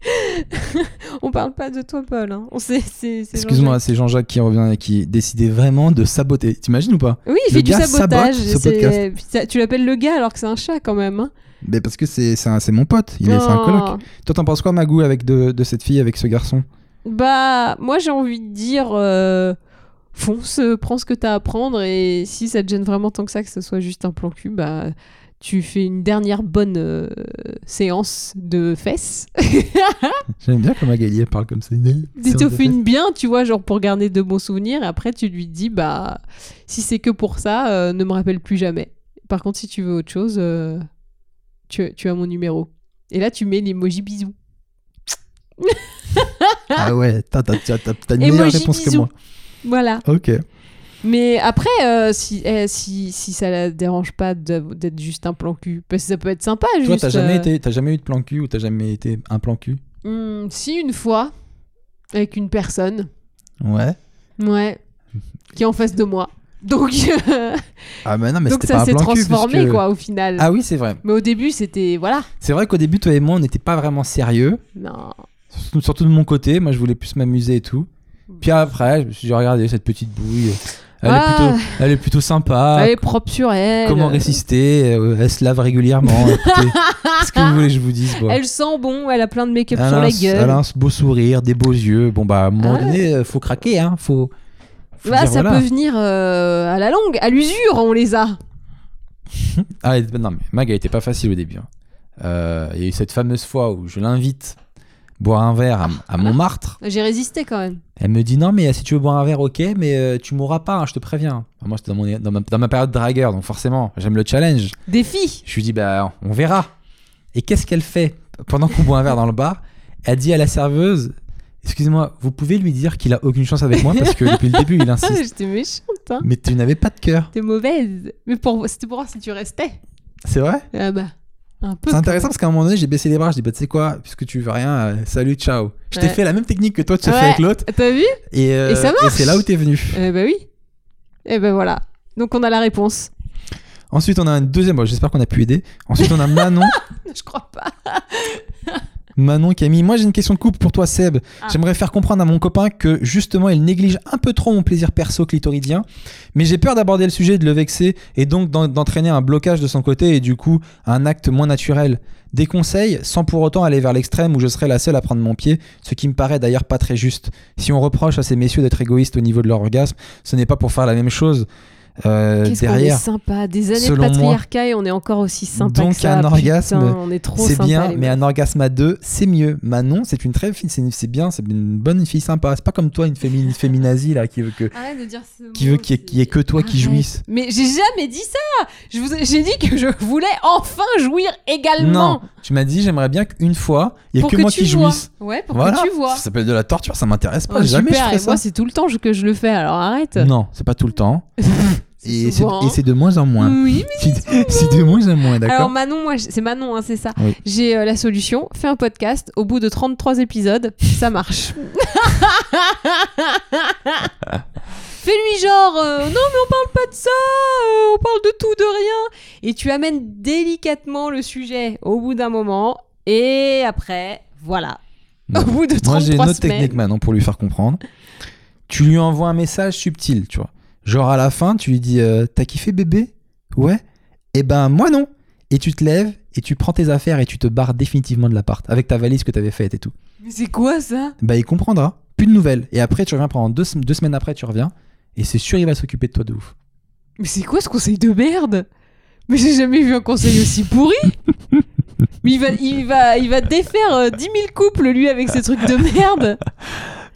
On parle pas de toi, Paul. Hein. On sait, c'est. c'est Excuse-moi, c'est Jean-Jacques qui revient et qui décidait vraiment de saboter. T'imagines ou pas Oui, il Le fait du gars sabotage. sabote ce c'est- podcast. puis ça- tu l'appelles le gars alors que c'est un chat quand même. hein. Mais parce que c'est c'est un- c'est mon pote, il est, c'est un Oh. coloc. Toi, t'en penses quoi, Magou, avec de, de cette fille, avec ce garçon Bah, moi j'ai envie de dire euh, fonce, euh, prends ce que t'as à prendre et si ça te gêne vraiment tant que ça que ce soit juste un plan cul, bah tu fais une dernière bonne euh, séance de fesses. J'aime bien quand Magali elle parle comme ça. tu t'offines bien, tu vois, genre pour garder de bons souvenirs. Et après, tu lui dis, bah, si c'est que pour ça, euh, ne me rappelle plus jamais. Par contre, si tu veux autre chose, euh, tu, tu as mon numéro. Et là, tu mets l'emoji bisous. Ah ouais, t'as t'as- t'as- t'as- t'as une meilleure Emoji réponse que bisous. moi. Voilà. Ok. Mais après, euh, si, eh, si, si ça la dérange pas d'av- d'être juste un plan cul, parce que ça peut être sympa. Toi, juste, t'as jamais, euh, été- t'as jamais eu de plan cul ou t'as jamais été un plan cul hmm, si une fois, avec une personne, Ouais. ouais, qui est en face de moi. Donc, euh, Ah, mais non, mais donc c'était ça pas un s'est plan cul. transformé, puisque- quoi, au final. Ah oui, c'est vrai. Mais au début, c'était. Voilà. C'est vrai qu'au début, toi et moi, on n'était pas vraiment sérieux. Non. Surtout surtout de mon côté, moi je voulais plus m'amuser et tout. Puis après, je me suis dit, regardez cette petite bouille. Elle, Ah. est, plutôt, elle est plutôt sympa. Elle est propre sur elle. Ah, Comment résister euh, Elle se lave régulièrement. Écoutez, ce que vous voulez que je vous dise. quoi. Ah, Elle sent bon, elle a plein de make-up elle, a sur un, la elle a gueule. un beau sourire, des beaux yeux. Bon, bah, à un moment Ah. donné, euh, faut craquer. Hein. Faut, faut Bah, dire, ça voilà. peut venir euh, à la longue, à l'usure, on les a. Ah, et- non, mais Mag, elle était pas facile au début. hein. Euh, Il y a eu cette fameuse fois où je l'invite boire un verre à, Ah. à Montmartre. J'ai résisté quand même. Elle me dit non mais si tu veux boire un verre ok mais euh, tu mourras pas hein, je te préviens. Alors, Moi j'étais dans, mon- dans ma, dans ma période dragueur donc forcément j'aime le challenge. Défi. Je lui dis bah on verra. Et qu'est-ce qu'elle fait pendant qu'on boit un verre dans le bar Elle dit à la serveuse excusez-moi vous pouvez lui dire qu'il a aucune chance avec moi parce que depuis le début il Ah, insiste. j'étais méchante, hein. Mais tu n'avais pas de cœur. T'es mauvaise. Mais pour... c'était pour voir si tu restais. C'est vrai Ah bah, un peu. C'est intéressant parce qu'à un moment donné j'ai baissé les bras je dis bah tu sais quoi puisque tu veux rien euh, salut ciao. Je t'ai Ouais. fait la même technique que toi tu as Ouais. fait avec l'autre Ah, T'as vu et, euh, Et ça marche. c'est là où t'es venu. Eh bah oui. Eh bah voilà. Donc on a la réponse. Ensuite on a une deuxième oh, j'espère qu'on a pu aider. Ensuite on a Manon Je crois pas. Manon Camille, moi j'ai une question de couple pour toi Seb. Ah. J'aimerais faire comprendre à mon copain que justement il néglige un peu trop mon plaisir perso clitoridien, mais j'ai peur d'aborder le sujet, de le vexer et donc d'en- d'entraîner un blocage de son côté et du coup un acte moins naturel. Des conseils sans pour autant aller vers l'extrême où je serais la seule à prendre mon pied, ce qui me paraît d'ailleurs pas très juste. Si on reproche à ces messieurs d'être égoïstes au niveau de leur orgasme, ce n'est pas pour faire la même chose euh, Qu'est-ce qu'on est derrière. sympa. Des années selon de moi. patriarcat et on est encore aussi sympa Donc, que ça. un orgasme, Putain, on est trop C'est sympa, bien, les mais mecs. un orgasme à deux, c'est mieux. Manon, c'est une très fine, c'est une- c'est bien, c'est une bonne fille sympa. C'est pas comme toi, une féminine, une féminazie là, qui veut que, Arrête de dire ce qui mot, veut qu'il y, ait- c'est- qu'il y ait que toi qui Arrête. jouisse. Mais j'ai jamais dit ça Je vous ai- J'ai dit que je voulais enfin jouir également Non, tu m'as dit j'aimerais bien qu'une fois, il y ait Pour que, que moi tu qui vois. jouisse. Ouais, pour voilà. que tu vois Ça s'appelle de la torture, ça m'intéresse pas. Oh, Jamais super, je et moi ferais ça. c'est tout le temps que je le fais, alors arrête Non, c'est pas tout le temps. et c'est souvent, et hein. c'est de moins en moins. Oui, mais- C'est c'est de moins en moins, Alors d'accord. Manon, moi, j'ai- c'est Manon, hein, c'est ça. Oui. J'ai euh, la solution, fais un podcast, au bout de 33 épisodes, ça marche. Fais-lui genre, euh, non mais on parle pas de ça, euh, on parle de tout, de rien. Et tu amènes délicatement le sujet au bout d'un moment, et après, voilà. Non. Au bout de Moi, j'ai une 33 autre semaines. technique maintenant pour lui faire comprendre. Tu lui envoies un message subtil, tu vois. Genre à la fin, tu lui dis euh, T'as kiffé bébé Ouais Eh ben, moi non Et tu te lèves et tu prends tes affaires et tu te barres définitivement de l'appart avec ta valise que t'avais faite et tout. Mais c'est quoi ça Bah, il comprendra. Plus de nouvelles. Et après, tu reviens pendant deux, sem- deux semaines après, tu reviens. Et c'est sûr, il va s'occuper de toi de ouf. Mais c'est quoi ce conseil de merde Mais j'ai jamais vu un conseil aussi pourri Mais il va, il va, il va défaire euh, 10 000 couples, lui, avec ces trucs de merde.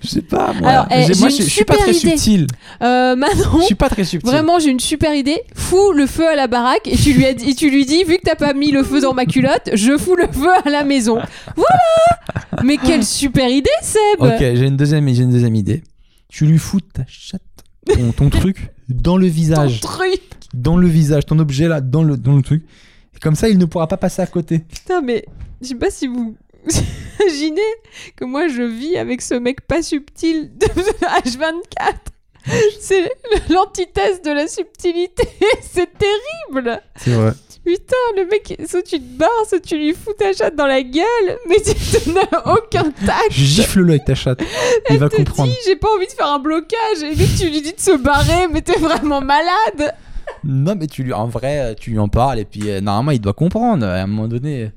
Je sais pas, moi. Alors, eh, J'ai- moi, j'ai je une je suis pas super très idée. subtil. Euh, Manon, Je suis pas très subtil. vraiment, j'ai une super idée. Fous le feu à la baraque et tu lui, as dit- et tu lui dis, vu que t'as pas mis le feu dans ma culotte, je fous le feu à la maison. Voilà Mais quelle super idée, Seb Ok, j'ai une deuxième, j'ai une deuxième idée. Tu lui fous ta chatte, ton, ton truc dans le Ton visage, truc dans le visage, ton objet là, dans le dans le truc. Et comme ça, il ne pourra pas passer à côté. Putain, mais je sais pas si vous imaginez que moi je vis avec ce mec pas subtil de H24. C'est l'antithèse de la subtilité. C'est terrible. C'est vrai. Putain, le mec, soit tu te barres, soit tu lui fous ta chatte dans la gueule, mais tu te n'as aucun tact. Gifle-le avec ta chatte. Il va te comprendre. dis, j'ai pas envie de faire un blocage. Et lui, tu lui dis de se barrer, mais t'es vraiment malade. Non, mais tu lui, en vrai, tu lui en parles et puis euh, normalement, il doit comprendre. À un moment donné,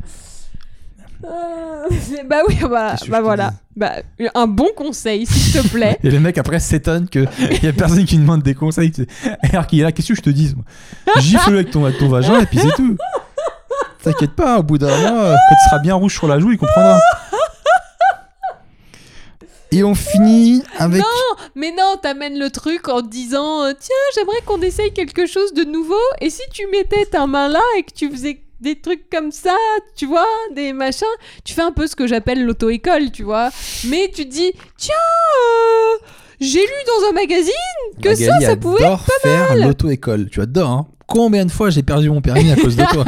Euh, bah oui, bah, Qu'est-ce que je bah te voilà. dis Bah, un bon conseil, s'il te plaît. Et le mec après s'étonne qu'il y a personne qui lui demande des conseils. tu sais. Alors qu'il est là, qu'est-ce que je te dis moi Gifle-le avec ton, avec ton vagin et puis c'est tout. T'inquiète pas, au bout d'un mois, euh, quand tu seras bien rouge sur la joue, il comprendra. Et on finit avec. Mais non, t'amènes le truc en disant euh, Tiens, j'aimerais qu'on essaye quelque chose de nouveau. Et si tu mettais ta main là et que tu faisais des trucs comme ça, tu vois, des machins, tu fais un peu ce que j'appelle l'auto-école, tu vois. Mais tu te dis Tiens, euh, j'ai lu dans un magazine que ça, ça pouvait. adore faire l'auto-école. Tu adores, hein Combien de fois j'ai perdu mon permis à cause de toi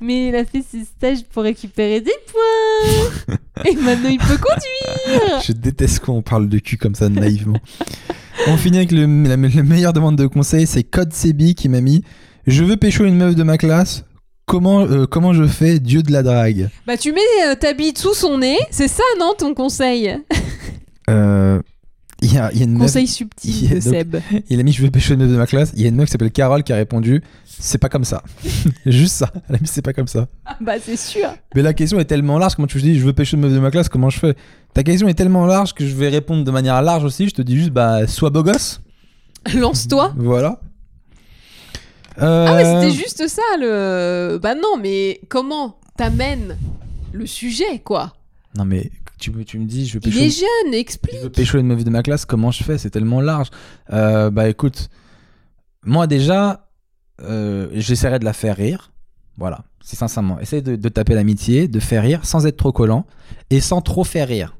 Mais il a fait ses stages pour récupérer des points. et maintenant, il peut conduire. Je déteste quand on parle de cul comme ça naïvement. on finit avec le, la, la meilleure demande de conseil, c'est Code Sebi qui m'a mis Je veux pécho une meuf de ma classe, comment, euh, comment je fais Dieu de la drague Bah, tu mets euh, ta bille sous son nez. C'est ça, non, ton conseil Euh, Il y, a, il y a une meuf, Conseil subtil de Donc, Seb. il a mis Je veux pécho une meuf de ma classe, il y a une meuf qui s'appelle Carole qui a répondu C'est pas comme ça. Juste ça, elle a mis C'est pas comme ça. Ah, bah, c'est sûr. Mais la question est tellement large, comment tu dis Je veux pécho une meuf de ma classe, comment je fais Ta question est tellement large que je vais répondre de manière large aussi, je te dis juste Bah, sois beau gosse. Lance-toi. Voilà. Ah, mais c'était Euh, juste ça le. Bah non, mais comment t'amènes le sujet quoi Non mais tu, me- tu me dis je veux Il pécho, est jeune, explique. je veux pécho une meuf de ma classe, comment je fais C'est tellement large. Euh, bah écoute, moi déjà, euh, j'essaierai de la faire rire. Voilà, c'est sincèrement. Essaye de, de taper l'amitié, de faire rire sans être trop collant et sans trop faire rire.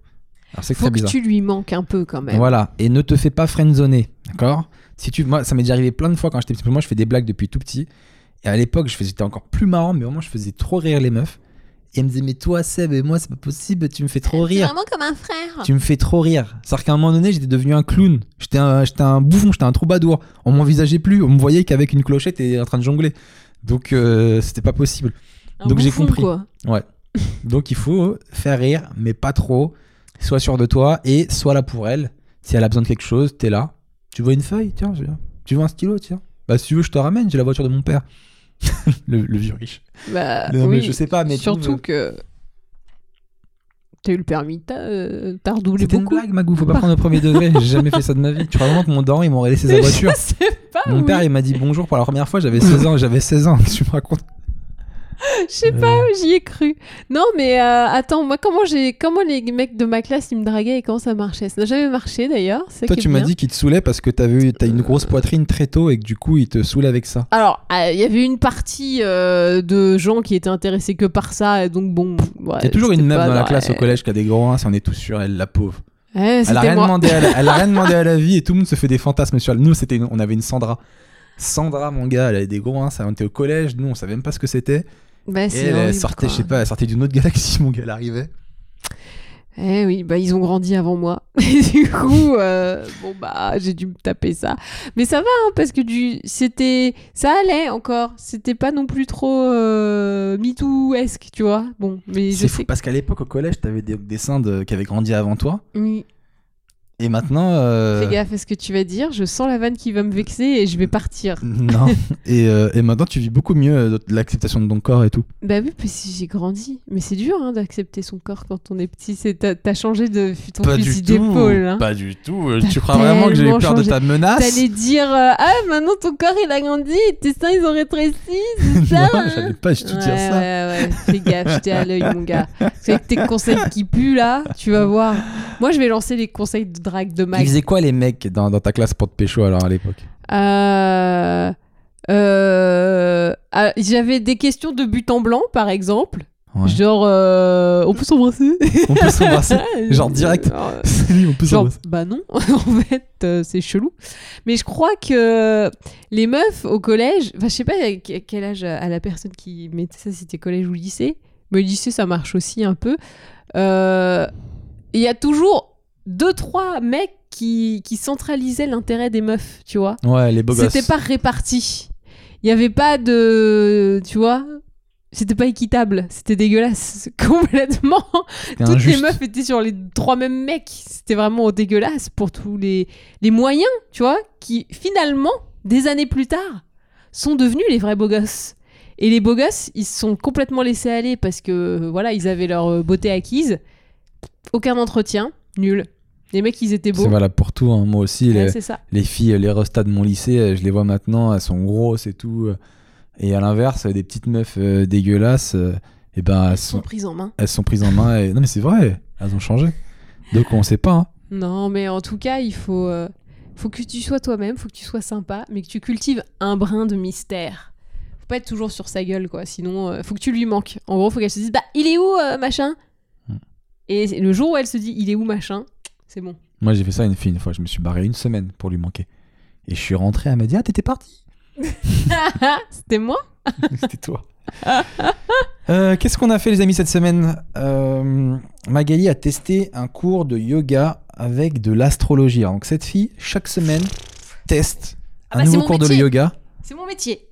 Alors c'est Faut très que bizarre. tu lui manques un peu quand même. Voilà, et ne te fais pas friendzoner, d'accord Si tu, moi, ça m'est déjà arrivé plein de fois quand j'étais petit. parce que Moi, je fais des blagues depuis tout petit. Et à l'époque, je faisais, j'étais encore plus marrant, mais vraiment, je faisais trop rire les meufs. Et elles me disaient, mais toi, Seb, et moi, c'est pas possible, tu me fais trop C'est rire. vraiment comme un frère. Tu me fais trop rire. C'est-à-dire qu'à un moment donné, j'étais devenu un clown. J'étais un, j'étais un bouffon, j'étais un troubadour. On m'envisageait plus, on me voyait qu'avec une clochette et en train de jongler. Donc, euh, c'était pas possible. Un donc j'ai bouffon, compris. quoi. Donc, il faut faire rire, mais pas trop. Sois sûr de toi et sois là pour elle. Si elle a besoin de quelque chose, t'es là. Tu veux une feuille Tiens, je- tu veux un stylo Tiens. Bah, si tu veux, je te ramène, j'ai la voiture de mon père. le, le vieux riche. Bah, Non, mais oui. je sais pas, mais tu- surtout que t'as eu le permis, t'as euh, t'as redoulé C'était une beaucoup. blague, Magou, faut pas prendre le premier degré. J'ai jamais fait ça de ma vie. Tu crois vraiment que mon dent, il m'aurait laissé sa Je voiture sais pas. Mon Ah oui. père, il m'a dit bonjour pour la première fois, j'avais 16 ans, j'avais 16 ans, tu me racontes. Je sais pas, Euh. j'y ai cru. Non, mais euh, attends, moi, comment j'ai, comment les mecs de ma classe ils me draguaient et comment ça marchait Ça n'a jamais marché d'ailleurs. c'est ça Toi, qui est tu m'as bien. dit qu'il te saoulait parce que t'avais eu- t'as une grosse poitrine très tôt et que du coup, il te saoulait avec ça. Alors, euh, il y avait une partie euh, de gens qui étaient intéressés que par ça, et donc bon. ouais, Il y a toujours Euh, c'était une meuf pas dans la vrai. classe au collège qui a des grands seins, on est tous sûrs, elle, la pauvre. Ouais, Elle a, c'était rien moi. demandé à la, elle a rien demandé à la vie et tout le monde se fait des fantasmes sur elle. Nous, c'était une- on avait une Sandra. Sandra, mon gars, elle avait des gros hein, ça, on était au collège, nous, on savait même pas ce que c'était. Bah, Et c'est elle, elle horrible, sortait, quoi. je sais pas, elle sortait d'une autre galaxie, mon gars, elle arrivait. Eh oui, bah ils ont grandi avant moi. Et du coup, euh, bon bah j'ai dû me taper ça. Mais ça va hein, parce que du, c'était, ça allait encore. C'était pas non plus trop euh, MeToo-esque, tu vois. Bon, mais je C'est sais. euh, fou parce qu'à l'époque, au collège, t'avais des, des seins de- qui avaient grandi avant toi. Oui. Et maintenant. euh, Fais gaffe à ce que tu vas dire, je sens la vanne qui va me vexer et je vais partir. Non. et, euh, et maintenant, tu vis beaucoup mieux euh, de- l'acceptation de ton corps et tout. Bah oui, parce que j'ai grandi. Mais c'est dur hein, d'accepter son corps quand on est petit. C'est t'as, t'as changé de ton fusil d'épaule. hein. Pas du tout. Euh, T'as Tu crois vraiment que j'ai tellement eu peur de changé. ta menace T'allais dire euh, ah maintenant ton corps il a grandi, tes seins ils ont rétréci, c'est ça. Non, hein j'allais pas du tout dire ouais, ça. ouais, ouais, fais gaffe, j'étais à l'œil, mon gars. C'est avec tes conseils qui puent là, tu vas voir. Moi, je vais lancer les conseils de drague de Ils Max. faisaient quoi les mecs dans, dans ta classe pour te pécho alors à l'époque Euh, euh, ah, J'avais des questions de but en blanc, par exemple. Ouais. Genre, euh, on peut s'embrasser On peut s'embrasser. Genre direct. Euh, Salut, on peut Genre, s'embrasser. bah non, en fait, euh, c'est chelou. Mais je crois que les meufs au collège, enfin, je sais pas à que- quel âge à la personne qui mettait ça, c'était collège ou lycée, mais lycée, ça marche aussi un peu. Euh, Il y a toujours deux, trois mecs qui, qui centralisaient l'intérêt des meufs, tu vois. Ouais, les beaux gosses. C'était pas réparti. Il n'y avait pas de. Tu vois C'était pas équitable. C'était dégueulasse. Complètement. C'était Toutes injuste. Hein, les meufs étaient sur les trois mêmes mecs. C'était vraiment dégueulasse pour tous les, les moyens, tu vois, qui finalement, des années plus tard, sont devenus les vrais beaux gosses. Et les beaux gosses, ils se sont complètement laissés aller parce que, euh, voilà, ils avaient leur euh, beauté acquise. Aucun entretien, nul. Les mecs, ils étaient beaux. C'est valable pour tout. hein. Moi aussi, Ouais, les, c'est ça. les filles, les restas de mon lycée, euh, je les vois maintenant, elles sont grosses et tout. euh, Et à l'inverse, euh, des petites meufs euh, dégueulasses, et ben elles Ils sont sont, pris en main. elles sont prises en main. Et... Non, mais c'est vrai, elles ont changé. Donc on sait pas. hein. Non, mais en tout cas, il faut, euh, faut que tu sois toi-même, faut que tu sois sympa, mais que tu cultives un brin de mystère. Faut pas être toujours sur sa gueule, quoi. Sinon, euh, faut que tu lui manques. En gros, faut qu'elle se dise, bah, il est où, euh, machin Hmm. Et c'est- le jour où elle se dit, il est où, machin, c'est bon. Moi, j'ai fait ça à une fille une fois. Je me suis barré une semaine pour lui manquer. Et je suis rentré, elle m'a dit Ah, t'étais parti C'était moi C'était toi. Euh, Qu'est-ce qu'on a fait, les amis, cette semaine Euh, Magali a testé un cours de yoga avec de l'astrologie. Donc, cette fille, chaque semaine, teste un Ah bah, c'est nouveau mon cours de métier. yoga. C'est mon métier.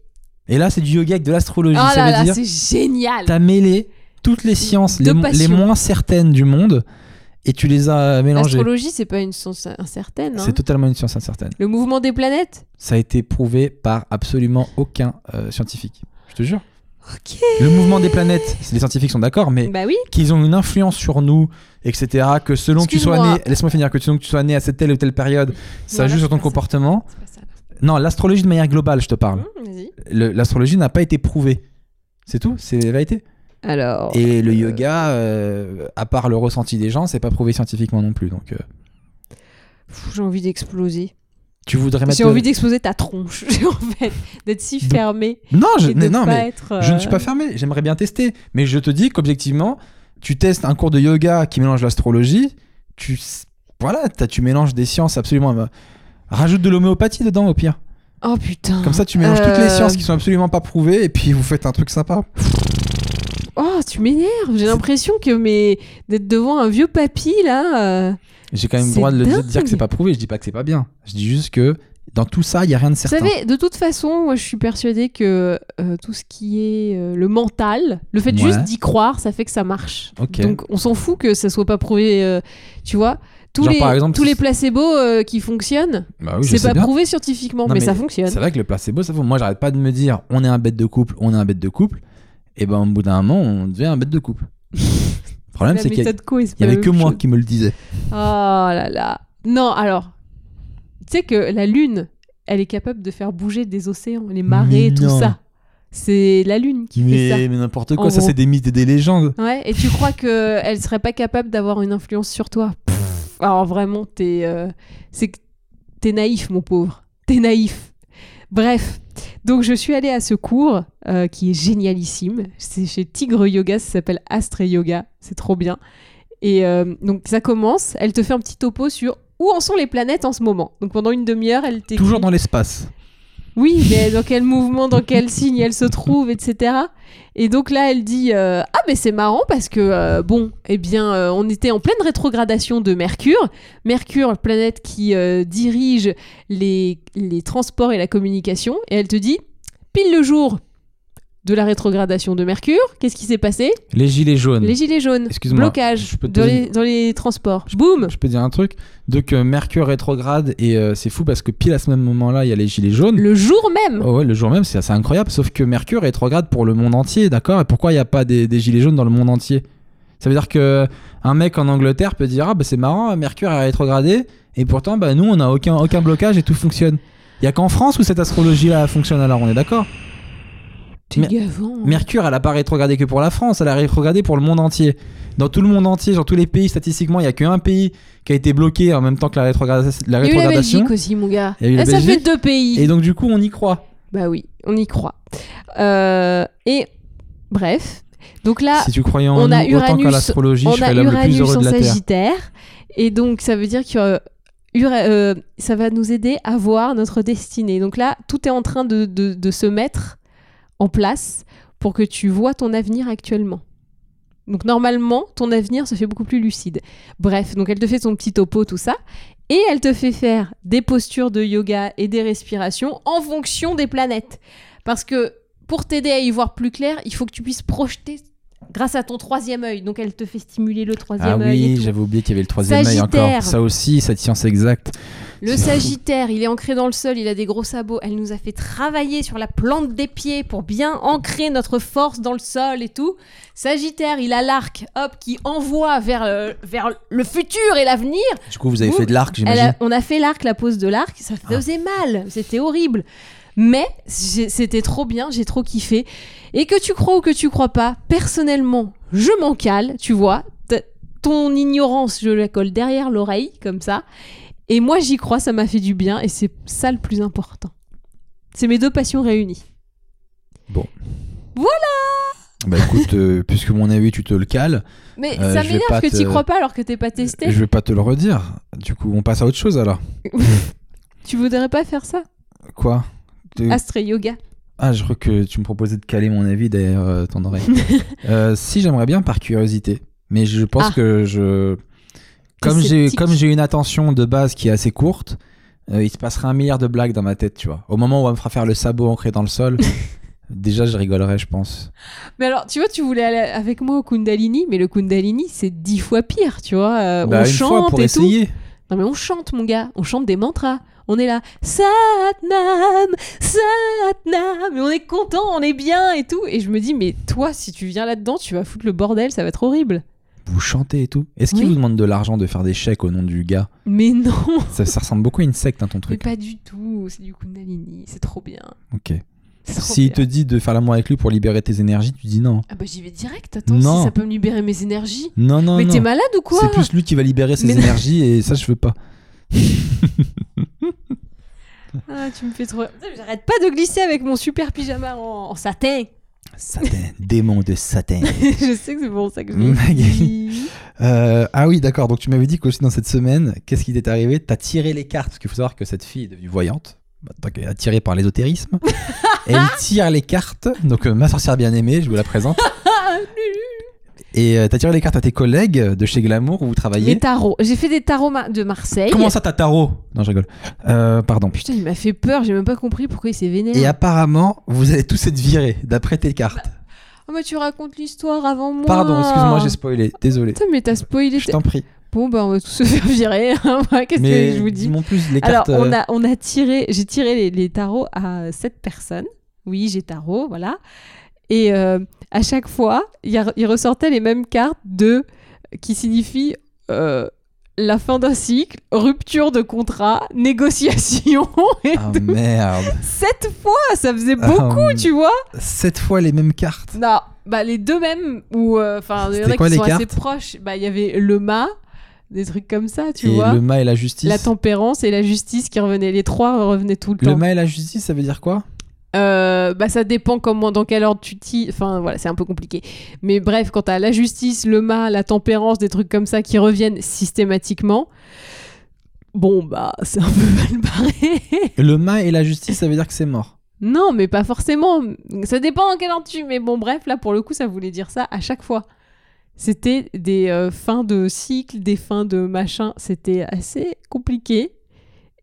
Et là, c'est du yoga avec de l'astrologie. Ah ça là veut là, dire c'est génial t'as mêlé toutes les sciences, De les, mo- passion. les moins certaines du monde, et tu les as mélangées. L'astrologie, c'est pas une science incertaine. hein. C'est totalement une science incertaine. Le mouvement des planètes Ça a été prouvé par absolument aucun euh, scientifique. Je te jure. Ok. Le mouvement des planètes, les scientifiques sont d'accord, mais Bah oui. qu'ils ont une influence sur nous, etc. Que selon que tu sois Excuse-moi. né, laisse-moi finir, que selon que tu sois né à cette telle ou telle période, ça Voilà, joue sur ton c'est pas ça. comportement. C'est pas ça. Non, l'astrologie de manière globale, je te parle. Hmm, Vas-y. Le- L'astrologie n'a pas été prouvée. C'est tout, c'est la vérité. Alors. Et le euh, yoga, euh, à part le ressenti des gens, c'est pas prouvé scientifiquement non plus. Donc, euh, pff, J'ai envie d'exploser. tu voudrais mettre. J'ai envie d'exploser ta tronche, en fait, d'être si Ah, bah, Donc, fermé Non, je, et de non, pas mais être. euh, je ne suis pas fermé. J'aimerais bien tester, mais je te dis qu'objectivement, tu testes un cours de yoga qui mélange l'astrologie. Tu, s- voilà, t'as- tu mélanges des sciences absolument. euh, Rajoute de l'homéopathie dedans, au pire. Oh putain. Comme ça, tu mélanges toutes Euh, les sciences qui sont absolument pas prouvées, et puis vous faites un truc sympa. Oh, tu m'énerves. J'ai l'impression que mais d'être devant un vieux papy là. euh, J'ai quand même le C'est droit de le dire, dingue. dire que c'est pas prouvé. Je dis pas que c'est pas bien. Je dis juste que dans tout ça, il y a rien de Vous certain. savez, de toute façon, moi, je suis persuadée que euh, tout ce qui est euh, le mental, le fait Ouais. juste d'y croire, ça fait que ça marche. Ok. Donc, on s'en fout que ça soit pas prouvé. euh, tu vois, tous Genre, les par exemple, tous les si- placebos euh, qui fonctionnent, Bah oui, je c'est sais pas bien. prouvé scientifiquement, Non, mais, mais ça fonctionne. C'est vrai que le placebo, ça vaut. Moi, j'arrête pas de me dire, on est un bête de couple, on est un bête de couple. Et ben, au bout d'un moment, on devient un bête de couple. le problème, La c'est qu'il y, a- méthode Coe, c'est il y pas la avait que même moi chose. qui me le disais. Oh là là. Non, alors, tu sais que la Lune, elle est capable de faire bouger des océans, les marées, Mais tout non. ça. C'est la Lune qui fait Mais, mais n'importe quoi, En ça, gros. c'est des mythes et des légendes. ça. Ouais, et tu crois que elle serait pas capable d'avoir une influence sur toi Pff, Alors vraiment, t'es, euh, c'est que t'es naïf, mon pauvre. T'es naïf. Bref, donc je suis allée à ce cours euh, qui est génialissime. C'est chez Tigre Yoga, ça s'appelle Astre Yoga. C'est trop bien. Et euh, donc ça commence, elle te fait un petit topo sur où en sont les planètes en ce moment. Donc pendant une demi-heure, elle t'écrit... Toujours dans l'espace. Oui, mais dans quel mouvement, dans quel signe elle se trouve, etc. Et donc là, elle dit euh, Ah, mais c'est marrant parce que, euh, bon, eh bien, euh, on était en pleine rétrogradation de Mercure. Mercure, planète qui euh, dirige les, les transports et la communication. Et elle te dit Pile le jour de la rétrogradation de Mercure. Qu'est-ce qui s'est passé Les gilets jaunes. Les gilets jaunes. Euh, Excuse-moi. Blocage je peux te dans dire- les, dans les transports. Boum Je peux dire un truc. Donc euh, Mercure rétrograde et euh, c'est fou parce que pile à ce même moment-là, il y a les gilets jaunes. Le jour même Oh ouais, le jour même, c'est assez incroyable. Sauf que Mercure rétrograde pour le monde entier, d'accord Et pourquoi il n'y a pas des, des gilets jaunes dans le monde entier Ça veut dire que euh, un mec en Angleterre peut dire ah bah c'est marrant, Mercure a rétrogradé et pourtant bah nous on n'a aucun aucun blocage et tout fonctionne. Il y a qu'en France où cette astrologie-là fonctionne alors, on est d'accord T'es Mer- gavant. Mercure, elle a pas rétrogradé que pour la France, elle a rétrogradé pour le monde entier. Dans tout le monde entier, dans tous les pays, statistiquement, il y a qu'un pays qui a été bloqué en même temps que la, rétrograda- la Il y a eu la rétrogradation. Belgique aussi, mon gars. Il y a eu la Eh, ça fait Belgique. deux pays. Et donc du coup, on y croit. Bah oui, on y croit. Euh, et bref, donc là, si tu croyais en Ah, on nous a autant qu'en Uranus- l'astrologie, je on a serais l'homme le plus Uranus heureux en de la Terre. Sagittaire, et donc ça veut dire que euh, Ura- euh, ça va nous aider à voir notre destinée. Donc là, tout est en train de, de- de se mettre en place pour que tu vois ton avenir actuellement. Donc normalement, ton avenir se fait beaucoup plus lucide. Bref, donc elle te fait son petit topo, tout ça. Et elle te fait faire des postures de yoga et des respirations en fonction des planètes. Parce que pour t'aider à y voir plus clair, il faut que tu puisses projeter grâce à ton troisième œil. Donc elle te fait stimuler le Ah troisième œil. et oui, tout. j'avais oublié qu'il y avait le troisième œil Sagittaire. encore. Ça aussi, cette science exacte. Le C'est Sagittaire, il est ancré dans le sol, il a des gros sabots. Elle nous a fait travailler sur la plante des pieds pour bien ancrer notre force dans le sol et tout. Sagittaire, il a l'arc, hop, qui envoie vers, euh, vers le futur et l'avenir. Du coup, vous avez Ouh. fait de l'arc, Elle a- on a fait l'arc, la pose de l'arc, ça faisait mal, c'était horrible. Mais j'ai- c'était trop bien, j'ai trop kiffé. Et que tu crois ou que tu crois pas, personnellement, je m'en cale, tu vois. T- Ton ignorance, je la colle derrière l'oreille, comme ça. Et moi, j'y crois, ça m'a fait du bien, et c'est ça le plus important. C'est mes deux passions réunies. Bah écoute, euh, puisque mon avis, tu te le cales, Mais Euh, ça je vais pas m'énerve que te- tu crois pas alors que t'es pas testé. je vais pas te le redire. Du coup, on passe à autre chose alors. Tu voudrais pas faire ça Quoi Tu- Astré Yoga. Ah, je crois que tu me proposais de caler mon avis derrière euh, ton oreille. Euh, si, j'aimerais bien par curiosité. Mais je pense Ah. que je. Comme j'ai, sceptique. comme j'ai une attention de base qui est assez courte, euh, il se passera un milliard de blagues dans ma tête, tu vois. Au moment où on me fera faire le sabot ancré dans le sol, déjà je rigolerai, je pense. Mais alors, tu vois, tu voulais aller avec moi au Kundalini, mais le Kundalini, c'est dix fois pire, tu vois. euh, Bah, on une chante fois pour et essayer. tout. Non, mais on chante, mon gars. On chante des mantras. On est là, Satnam, Satnam, mais on est content, on est bien et tout. Et je me dis, mais toi, si tu viens là-dedans, tu vas foutre le bordel, ça va être horrible. Vous chantez et tout. Est-ce qu'il Oui. vous demande de l'argent de faire des chèques au nom du gars Mais non, ça, ça ressemble beaucoup à une secte, hein, ton mais truc. pas du tout. C'est du Kundalini, c'est trop bien. Ok. C'est trop S'il bien. te dit de faire l'amour avec lui pour libérer tes énergies, tu dis non. Ah bah j'y vais direct, attends, Non. si ça peut me libérer mes énergies. Non, non, mais non. t'es malade ou quoi C'est plus lui qui va libérer ses Mais non. énergies et ça je veux pas. Ah, tu me fais trop. Putain, mais J'arrête pas de glisser avec mon super pyjama en, en satin. Satin, démon de Satin. je sais que c'est pour ça que je l'ai Magali. dit. Euh, ah oui, d'accord. Donc tu m'avais dit qu'aussi dans cette semaine, qu'est-ce qui t'est arrivé T'as tiré les cartes, parce qu'il faut savoir que cette fille est devenue voyante, maintenant qu'elle est attirée par l'ésotérisme. Elle tire les cartes. Donc euh, ma sorcière bien-aimée, je vous la présente. Et euh, t'as tiré les cartes à tes collègues de chez Glamour où vous Les travaillez. tarots. J'ai fait des tarots ma- de Marseille. Comment ça, t'as tarot Non, je rigole. Euh, pardon. Putain, il m'a fait peur, j'ai même pas compris pourquoi il s'est vénère. Et apparemment, vous allez tous être virés d'après tes cartes. Oh, mais tu racontes l'histoire avant moi. Pardon, excuse-moi, j'ai spoilé. Désolé. Putain, mais t'as spoilé. Je t'en prie. Bon, bah, on va tous se faire virer. hein, moi, Qu'est-ce Mais que je vous dis dis-moi plus les Alors, cartes. on euh, a, on a tiré, j'ai tiré les, les tarots à sept personnes. Oui, j'ai tarot, voilà. Et euh, à chaque fois, il, y a- il ressortait les mêmes cartes de qui signifient euh, la fin d'un cycle, rupture de contrat, négociation. Et Ah tout. merde. Sept fois, ça faisait Ah, beaucoup, hum. tu vois. Sept fois les mêmes cartes. Non, bah les deux mêmes ou euh, enfin, il y en C'était a quoi, qui les sont assez cartes proches. Bah il y avait le mât, des trucs comme ça, tu et vois. le mât et la justice. La tempérance et la justice qui revenaient, les trois revenaient tout le temps. le mât et la justice, ça veut dire quoi Euh, bah ça dépend comment dans quel ordre tu t'y enfin voilà c'est un peu compliqué mais bref quand t'as la justice le mal la tempérance des trucs comme ça qui reviennent systématiquement bon bah c'est un peu mal barré Le mât et la justice, ça veut dire que c'est mort. non mais pas forcément ça dépend dans quel ordre tu mais bon bref là pour le coup ça voulait dire ça à chaque fois c'était des euh, fins de cycle des fins de machin c'était assez compliqué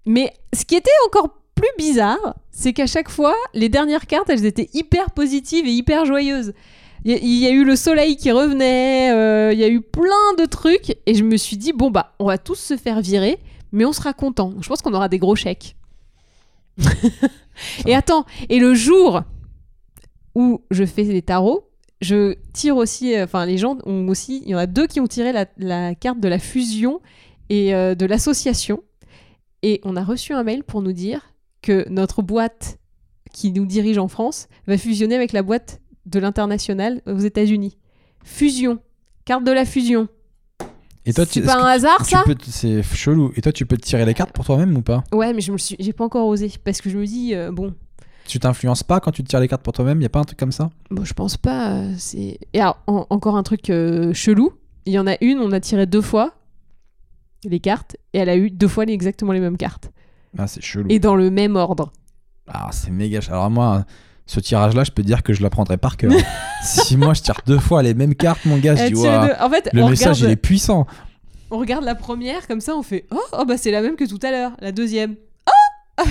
mais ce qui était encore plus bizarre c'est qu'à chaque fois, les dernières cartes, elles étaient hyper positives et hyper joyeuses. Il y, a- il y a eu le soleil qui revenait, euh, il y a eu plein de trucs, et je me suis dit, bon, bah, on va tous se faire virer, mais on sera content. Je pense qu'on aura des gros chèques. et attends, et le jour où je fais des tarots, je tire aussi, euh, enfin, les gens ont aussi, il y en a deux qui ont tiré la, la carte de la fusion et euh, de l'association. Et on a reçu un mail pour nous dire que notre boîte qui nous dirige en France va fusionner avec la boîte de l'international aux États-Unis. Fusion, carte de la fusion. Et toi, tu, C'est pas est-ce un hasard que tu ça peux te- c'est chelou. Et toi, tu peux te tirer les cartes pour toi-même ou pas Ouais, mais je me suis, j'ai pas encore osé parce que je me dis euh, bon, Tu t'influences pas quand tu te tires les cartes pour toi-même Y a pas un truc comme ça bon, je pense pas. euh, c'est et alors, en- encore un truc euh, chelou. Il y en a une, on a tiré deux fois les cartes et elle a eu deux fois les- exactement les mêmes cartes Ah, c'est chelou. et dans le même ordre. Ah, c'est méga ch- Alors moi, ce tirage-là, je peux te dire que je l'apprendrai par cœur. si moi, je tire deux fois les mêmes cartes, mon gars, je Elle a dis, tiré Ouah, Eh, deux- En fait, le on message, il regarde, est puissant. on regarde la première comme ça, on fait oh, oh, bah c'est la même que tout à l'heure. La deuxième, oh, Ah,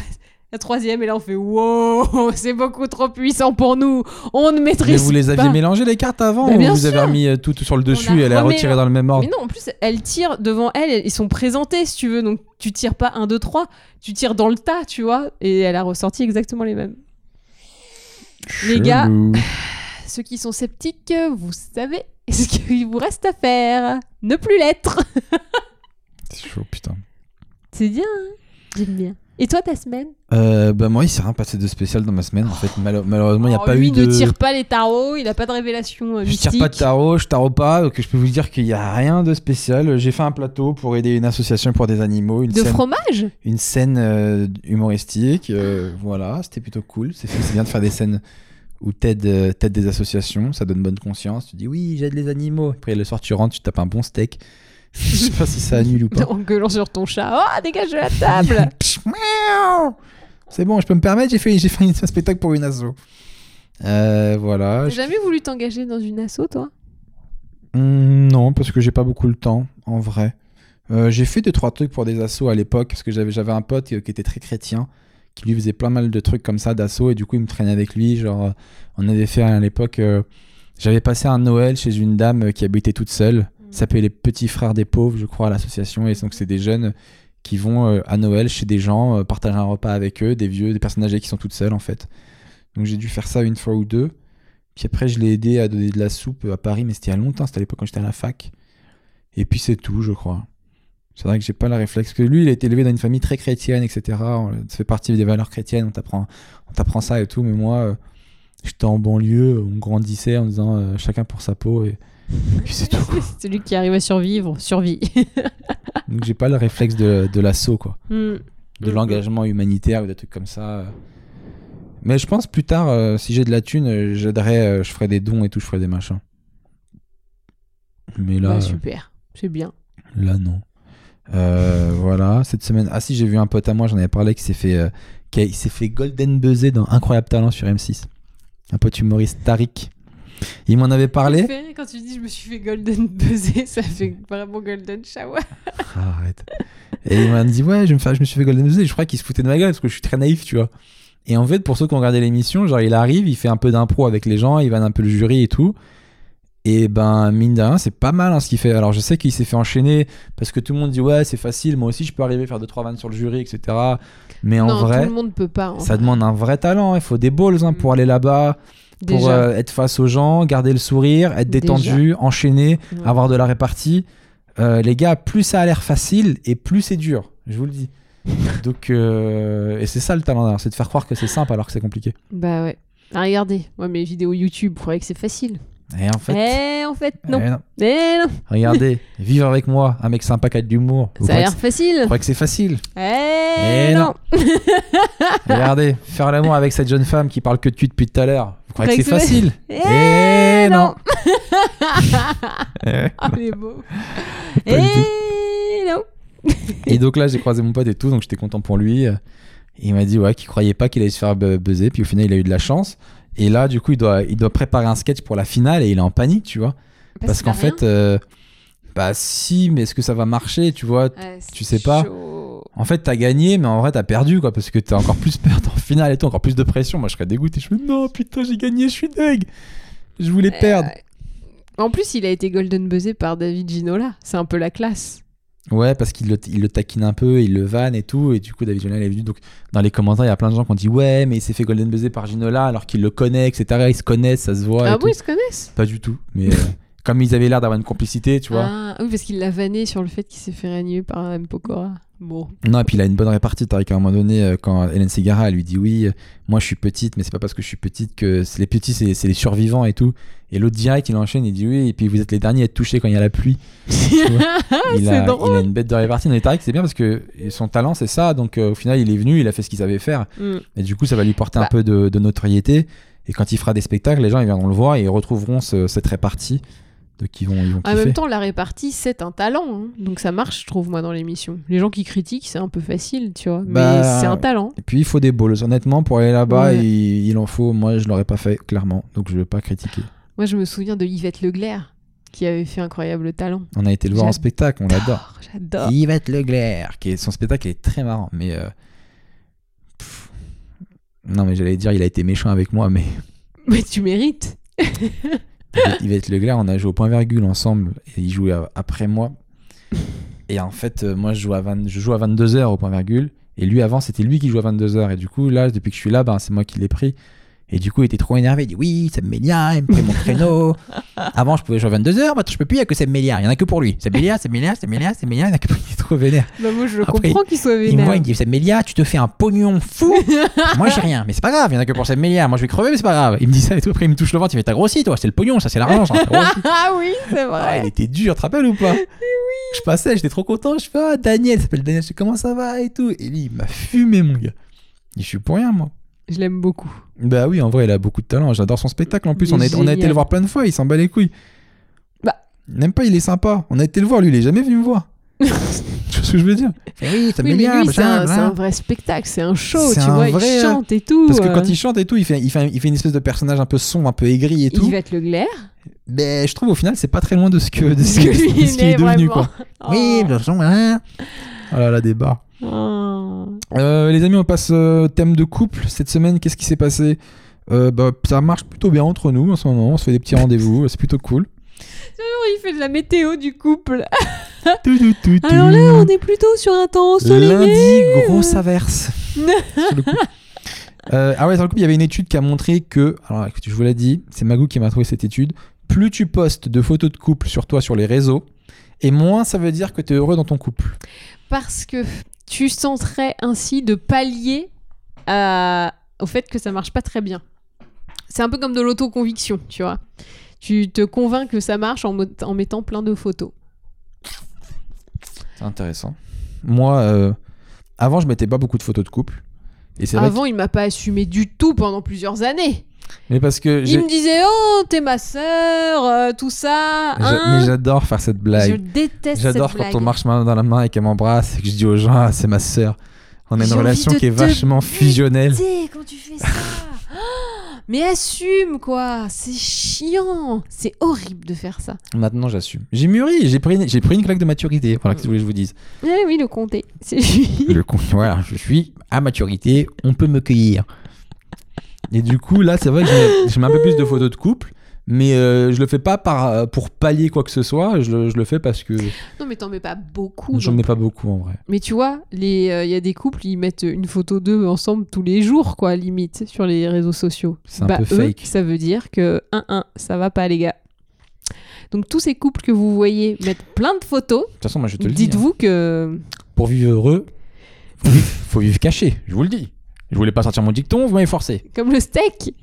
la troisième et là on fait wow, c'est beaucoup trop puissant pour nous. On ne maîtrise Mais vous les aviez pas. mélangées, les cartes, avant Mais ou bien vous avez remis euh, tout, tout sur le dessus a et elle a remis- retiré dans le même Mais ordre non, en plus, elles tirent devant elles, ils sont présentés si tu veux, donc tu tires pas un, deux, trois, tu tires dans le tas, tu vois, et elle a ressorti exactement les mêmes. Les gars. Chelou. Ceux qui sont sceptiques, vous savez ce qu'il vous reste à faire, ne plus l'être. C'est chaud, putain. C'est bien, hein j'aime bien. Et toi, ta semaine Euh, bah moi il s'est rien passé de spécial dans ma semaine en fait Mal- malheureusement il n'y a Oh, pas lui eu de ne tire pas les tarots, il a pas de révélation euh, je mystique. tire pas de tarot je tarot pas donc je peux vous dire qu'il n'y a rien de spécial j'ai fait un plateau pour aider une association pour des animaux une De scène, fromage une scène euh, humoristique euh, voilà c'était plutôt cool c'est c'est bien de faire des scènes où t'aides euh, t'aides des associations ça donne bonne conscience tu dis oui j'aide les animaux après le soir tu rentres tu tapes un bon steak je sais pas si ça annule ou pas en gueulant sur ton chat. Oh, dégage de la table Psh, miaou. C'est bon, je peux me permettre, j'ai fait, j'ai fait un spectacle pour une asso. Euh, voilà. T'as Je- jamais voulu t'engager dans une asso, toi Hmm, non, parce que j'ai pas beaucoup le temps, en vrai. Euh, j'ai fait deux, trois trucs pour des assos à l'époque, parce que j'avais, j'avais un pote euh, qui était très chrétien, qui lui faisait plein mal de trucs comme ça d'assos, et du coup il me traînait avec lui. Genre, euh, on avait fait à l'époque, euh, j'avais passé un Noël chez une dame euh, qui habitait toute seule, ça s'appelait les Petits Frères des Pauvres, je crois, à l'association, et donc c'est des jeunes qui vont euh, à Noël chez des gens, euh, partager un repas avec eux, des vieux, des personnes âgées qui sont toutes seules en fait. Donc j'ai dû faire ça une fois ou deux. Puis après, je l'ai aidé à donner de la soupe à Paris, mais c'était il y a longtemps, c'était à l'époque quand j'étais à la fac. Et puis c'est tout, je crois. C'est vrai que j'ai pas le réflexe. Parce que lui, il a été élevé dans une famille très chrétienne, etc. On- Ça fait partie des valeurs chrétiennes, on t'apprend, on t'apprend ça et tout. Mais moi, euh, j'étais en banlieue, on grandissait en disant euh, chacun pour sa peau. Et, et puis c'est tout. quoi. Celui qui arrive à survivre, survit. Donc j'ai pas le réflexe de, de l'assaut, quoi. Hmm. de Mhm. l'engagement humanitaire ou des trucs comme ça. euh. Mais je pense plus tard, euh, si j'ai de la thune, euh, j'aiderai, euh, je ferai des dons et tout, je ferai des machins. Mais là, Bah, euh, super, c'est bien. là non. Euh, voilà, cette semaine. Ah si, j'ai vu un pote à moi, j'en avais parlé, qui s'est fait, euh, qui a- il s'est fait golden buzzer dans Incroyable Talent sur M6. Un pote humoriste, Tariq. Il m'en avait Ça parlé. fait rire quand tu dis je me suis fait golden buzzer, ça fait vraiment golden shower. Ah, arrête. Et il m'a dit, ouais, je me, fais- je me suis fait golden buzzer. Je crois qu'il se foutait de ma gueule parce que je suis très naïf, tu vois. Et en fait, pour ceux qui ont regardé l'émission, genre, il arrive, il fait un peu d'impro avec les gens, il va un peu le jury et tout. Et ben, mine de rien, c'est pas mal hein, ce qu'il fait. Alors, je sais qu'il s'est fait enchaîner parce que tout le monde dit, ouais, c'est facile, moi aussi, je peux arriver à faire 2-3 vannes sur le jury, etc. Mais en non, vrai, tout le monde Mm. peut pas. hein. en ça vrai. demande un vrai talent. Il faut des balls hein, pour aller là-bas, pour Déjà. euh, être face aux gens, garder le sourire, être Déjà. détendu, enchaîner Ouais. avoir de la répartie. Euh, les gars, plus ça a l'air facile et plus c'est dur, je vous le dis. Donc, euh, et c'est ça le talent, d'art, c'est de faire croire que c'est simple alors que c'est compliqué. Bah ouais. Ah, regardez, moi mes vidéos YouTube, vous croyez que c'est facile Et en fait, Eh en fait non. eh non. Eh non, regardez, vivre avec moi, un mec sympa qui a de l'humour. Vous ça a croyez que l'air c'est- facile. vous croyez que c'est facile Eh Eh non. Regardez, faire l'amour avec cette jeune femme qui parle que de cul depuis tout à l'heure. Vous croyez que c'est Vous croyez facile Eh Eh non. non Eh. Ah les beaux. du tout. Eh non. Et donc là, j'ai croisé mon pote et tout, donc j'étais content pour lui. Euh, Il m'a dit ouais, qu'il croyait pas qu'il allait se faire bu- buzzer, puis au final, il a eu de la chance. Et là, du coup, il doit, il doit préparer un sketch pour la finale et il est en panique, tu vois. Parce, qu'en fait, euh, bah si, mais est-ce que ça va marcher, tu vois Ouais, c'est tu sais pas. chaud. En fait, t'as gagné, mais en vrai, t'as perdu, quoi, parce que t'as encore plus peur en finale et tout, encore plus de pression. Moi, je serais dégoûté. Je me dis, non, putain, j'ai gagné, je suis deg. Je voulais perdre. En plus, il a été golden buzzé par David Ginola. C'est un peu la classe. Ouais, parce qu'il le, il le taquine un peu, il le vanne et tout. Et du coup, David Ginola est venu. Donc, dans les commentaires, il y a plein de gens qui ont dit, ouais, mais il s'est fait golden buzzer par Ginola alors qu'il le connaît, etc. Ils se connaissent, ça se voit. et ah tout. bon, ils se connaissent Pas du tout. Mais euh, comme ils avaient l'air d'avoir une complicité, tu vois. Ah oui, parce qu'il l'a vanné sur le fait qu'il s'est fait réanimer par M. Pokora. Bon. Non, et puis il a une bonne répartie. Tariq, à un moment donné, euh, quand Hélène Segara elle lui dit Oui, euh, moi je suis petite, mais c'est pas parce que je suis petite que c'est- les petits, c'est c'est les survivants et tout. Et l'autre direct, il enchaîne, il dit Oui, et puis vous êtes les derniers à être touchés quand il y a la pluie. Il, a, Ah, C'est drôle. il a une bête de répartie. Mais Tariq, c'est bien parce que son talent, c'est ça. Donc euh, au final, il est venu, il a fait ce qu'il savait faire. Mm. Et du coup, ça va lui porter un Bah. peu de, de notoriété. Et quand il fera des spectacles, les gens ils viendront le voir et ils retrouveront ce- cette répartie. Donc ils vont, ils vont En kiffer. même temps, la répartie, c'est un talent. hein. Donc ça marche, je trouve, moi, dans l'émission. Les gens qui critiquent, c'est un peu facile, tu vois. Bah, Mais c'est un talent. Et puis il faut des balls. Honnêtement, pour aller là-bas, Ouais. il, il en faut. Moi, je l'aurais pas fait clairement, donc je vais pas critiquer. Moi, je me souviens de Yvette Leclerc, qui avait fait incroyable talent. On a été le voir en spectacle, on l'adore. Oh, J'adore. Yvette Leclerc, qui est, son spectacle est très marrant, mais euh, pff. non, mais j'allais dire, il a été méchant avec moi, mais Mais tu mérites. Yvette- Yvette Leclerc, on a joué au point virgule ensemble et il jouait à- après moi. Et en fait, euh, moi, je joue à, 20 je joue à 22h au point virgule. Et lui, avant, c'était lui qui jouait à 22h. Et du coup, là, depuis que je suis là, ben, c'est moi qui l'ai pris. Et du coup, il était trop énervé. Il dit Oui, Seb Melia, il me fait mon créneau. Avant, je pouvais jouer à 22h. Maintenant, je peux plus. Il n'y a que Seb Melia. Il n'y en a que pour lui. Seb Melia, Seb Melia, Seb Melia, Seb Melia. Il y en a que pour lui. Il est trop vénère. Bah, moi, je Après, comprends qu'il soit Il Oh, me vénère. voit, il me dit Seb Melia, tu te fais un pognon fou. Moi, j'ai rien. Mais c'est pas grave. Il n'y en a que pour Seb Melia. Moi, je vais crever, mais c'est pas grave. Il me dit ça et tout. Après, il me touche le ventre. Il me dit T'as grossi, toi. C'est le pognon, ça, c'est l'argent. ça, t'as grossi. ah oui, c'est Ah, vrai. il était dur, tu te rappelles ou Eh pas Je passais, j'étais trop content. Je fais, ah, Daniel, il s'appelle Daniel, je fais, comment ça va et tout. Et lui, il m'a fumé, mon gars. Et je suis pour rien, moi. Je l'aime beaucoup. Bah oui, en vrai, il a beaucoup de talent. J'adore son spectacle. En plus, Il on a, est on a été génial. le voir plein de fois, il s'en bat les couilles. Bah. Même pas, il est sympa. On a été le voir, lui, il est jamais venu me voir. tu vois ce que je veux dire Eh Oui, ça Oui, m'énerve, mais lui, c'est machin, un, c'est blablabla. un vrai spectacle, c'est un show, C'est tu un vois, vrai, il chante et tout. Parce que euh, quand il chante et tout, il fait, il, fait, il fait une espèce de personnage un peu sombre, un peu aigri et tout. Yvette Leclerc, Mais je trouve au final, c'est pas très loin de ce que de parce ce que que- de lui, ce il qu'il est est devenu, vraiment... quoi. Oui, Oh. bien sûr, hein. Oh là là, des bars. Oh. Euh, les amis, on passe euh, au thème de couple. Cette semaine, qu'est-ce qui s'est passé Euh, bah, Ça marche plutôt bien entre nous en ce moment. On se fait des petits rendez-vous. C'est plutôt cool. Oh, Il fait de la météo du couple. Tout, tout, tout, tout. Alors là, on est plutôt sur un temps ensoleillé. Mmh. Lundi, grosse averse. Sur le coup. Euh, ah ouais, sur le coup, il y avait une étude qui a montré que, alors écoute, je vous l'ai dit, c'est Magou qui m'a trouvé cette étude. Plus tu postes de photos de couple sur toi sur les réseaux, et moins ça veut dire que tu es heureux dans ton couple. Parce que tu tenterais ainsi de pallier à- au fait que ça marche pas très bien. C'est un peu comme de l'autoconviction, tu vois. Tu te convaincs que ça marche en, mo- en mettant plein de photos. C'est intéressant. Moi, euh, avant, je mettais pas beaucoup de photos de couple. Et c'est vrai Avant, il m'a pas assumé du tout pendant plusieurs années. Mais parce que j'ai- Il me disait Oh, t'es ma sœur, euh, tout ça. j'a- hein. mais j'adore faire cette je blague. déteste J'adore cette quand blague. on marche main dans la main et qu'elle m'embrasse et que je dis aux gens ah, c'est ma sœur. On a une J'ai envie relation de qui est te vachement fusionnelle. T'es quand tu fais ça. Ah, mais assume quoi, c'est chiant, c'est horrible de faire ça. Maintenant j'assume. J'ai mûri, j'ai pris, une- j'ai pris une claque de maturité. Voilà, qu'est-ce que vous voulez que je vous dise Eh oui, le comté, c'est lui. Le con- voilà, je suis à maturité, on peut me cueillir. Et du coup là c'est vrai que je mets, je mets un peu plus de photos de couple. Mais euh, je le fais pas par, euh, pour pallier quoi que ce soit, je le, je le fais parce que Non, mais t'en mets pas beaucoup. j'en non. mets pas beaucoup en vrai. Mais tu vois, il y a des couples, ils mettent une photo d'eux ensemble tous les jours, quoi, limite, sur les réseaux sociaux. C'est un Bah, peu eux, fake. Ça veut dire que 1-1, ça va pas, les gars. Donc, tous ces couples que vous voyez mettre plein de photos, De toute façon, moi je te le dis. hein. dites-vous que. pour vivre heureux, faut vivre, faut vivre caché, je vous le dis. Je voulais pas sortir mon dicton, vous m'avez forcé. Comme le steak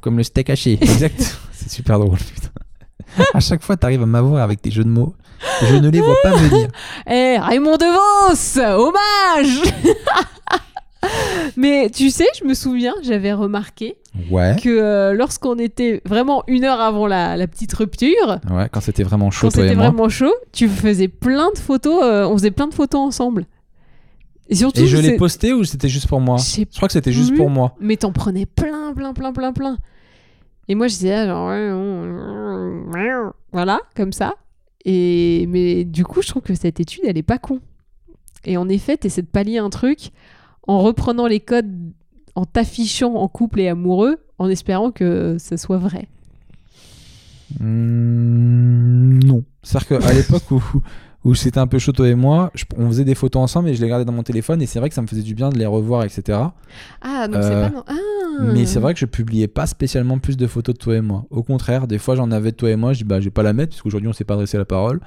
Comme le steak haché. Exact. C'est super drôle, putain. À chaque fois, t'arrives à m'avoir avec tes jeux de mots. Je ne les vois pas venir. Eh, Raymond DeVos Hommage Mais tu sais, je me souviens, j'avais remarqué Ouais. que euh, lorsqu'on était vraiment une heure avant la- la petite rupture, Ouais, quand c'était vraiment chaud, quand toi et c'était moi. vraiment chaud, tu faisais plein de photos, euh, on faisait plein de photos ensemble. Et surtout, Et je l'ai c'est- posté ou c'était juste pour moi je sais Je crois que c'était juste pour moi. mais t'en prenais plein, plein, plein, plein, plein. Et moi, je disais, ah, genre, ouais, ouais, ouais, voilà, comme ça. Et mais du coup, je trouve que cette étude, elle est pas con. Et en effet, tu essaies de pallier un truc en reprenant les codes, en t'affichant en couple et amoureux, en espérant que ça soit vrai. Hmm, non. C'est-à-dire qu'à l'époque où, où c'était un peu chaud, toi et moi, je- on faisait des photos ensemble et je les gardais dans mon téléphone et c'est vrai que ça me faisait du bien de les revoir, etc. Ah, donc c'est Euh, pas. non- Ah Mais c'est vrai que je publiais pas spécialement plus de photos de toi et moi. Au contraire, des fois j'en avais de toi et moi, je dis bah je vais pas la mettre parce qu'aujourd'hui on s'est pas adressé la parole.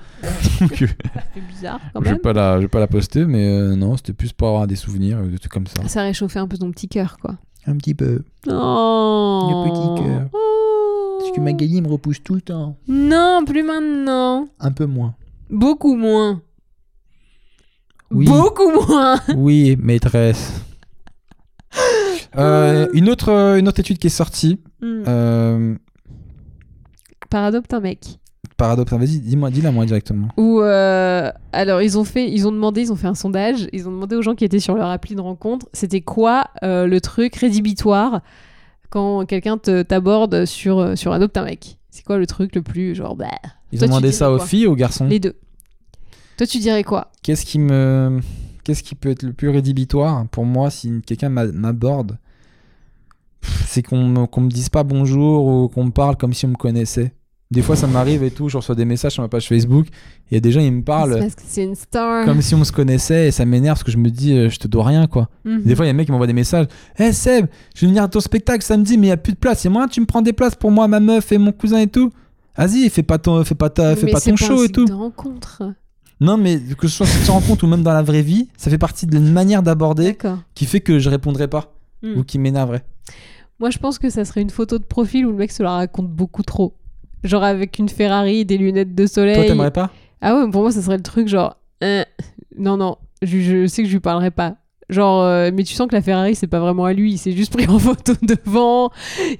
Donc, euh, C'est bizarre quand Je vais même. pas la, je vais pas la poster, mais euh, non, c'était plus pour avoir des souvenirs, euh, des trucs comme ça. Ça réchauffait un peu ton petit cœur, quoi. Un petit peu. Oh petit cœur. Oh. me repousse tout le temps. Non, plus maintenant. Un peu moins. Beaucoup moins. Oui. Beaucoup moins. Oui, maîtresse. Euh, une, autre, euh, une autre étude qui est sortie. euh, Hmm. Par adopte un mec. paradoxe, vas-y, dis-moi, dis-la moi directement. Ou euh, alors ils ont fait, ils ont demandé, ils ont fait un sondage, ils ont demandé aux gens qui étaient sur leur appli de rencontre, c'était quoi euh, le truc rédhibitoire quand quelqu'un te- t'aborde sur euh, sur adopte un mec. C'est quoi le truc le plus genre bah, Ils ont Toi, tu demandé dirais ça aux quoi filles, aux garçons. les deux. Toi tu dirais quoi Qu'est-ce qui me. Qu'est-ce qui peut être le plus rédhibitoire pour moi si quelqu'un m'a- m'aborde Pff, C'est qu'on me, qu'on me dise pas bonjour ou qu'on me parle comme si on me connaissait. Des fois, ça m'arrive et tout, je reçois des messages sur ma page Facebook et des gens, ils me C'est parlent parce que c'est une star. Ah, comme si on se connaissait et ça m'énerve parce que je me dis, euh, je te dois rien quoi. Mhm. Des fois, il y a un mec qui m'envoie des messages Hé Seb, je vais venir à ton spectacle samedi, mais il n'y a plus de place. Et moi, tu me prends des places pour moi, ma meuf et mon cousin et tout Vas-y, fais pas ton, fais pas ta, fais Mais pas c'est ton un show et site tout. De rencontre. Non, mais que ce soit sur cette rencontre ou même dans la vraie vie, ça fait partie d'une manière d'aborder D'accord. qui fait que je répondrai pas Hmm. ou qui m'énerverait. Moi, je pense que ça serait une photo de profil où le mec se la raconte beaucoup trop. Genre avec une Ferrari, des lunettes de soleil. Toi, t'aimerais pas Ah ouais, pour moi, ça serait le truc genre. euh, non, non, je, je sais que je lui parlerai pas. Genre, euh, mais tu sens que la Ferrari, c'est pas vraiment à lui, il s'est juste pris en photo devant,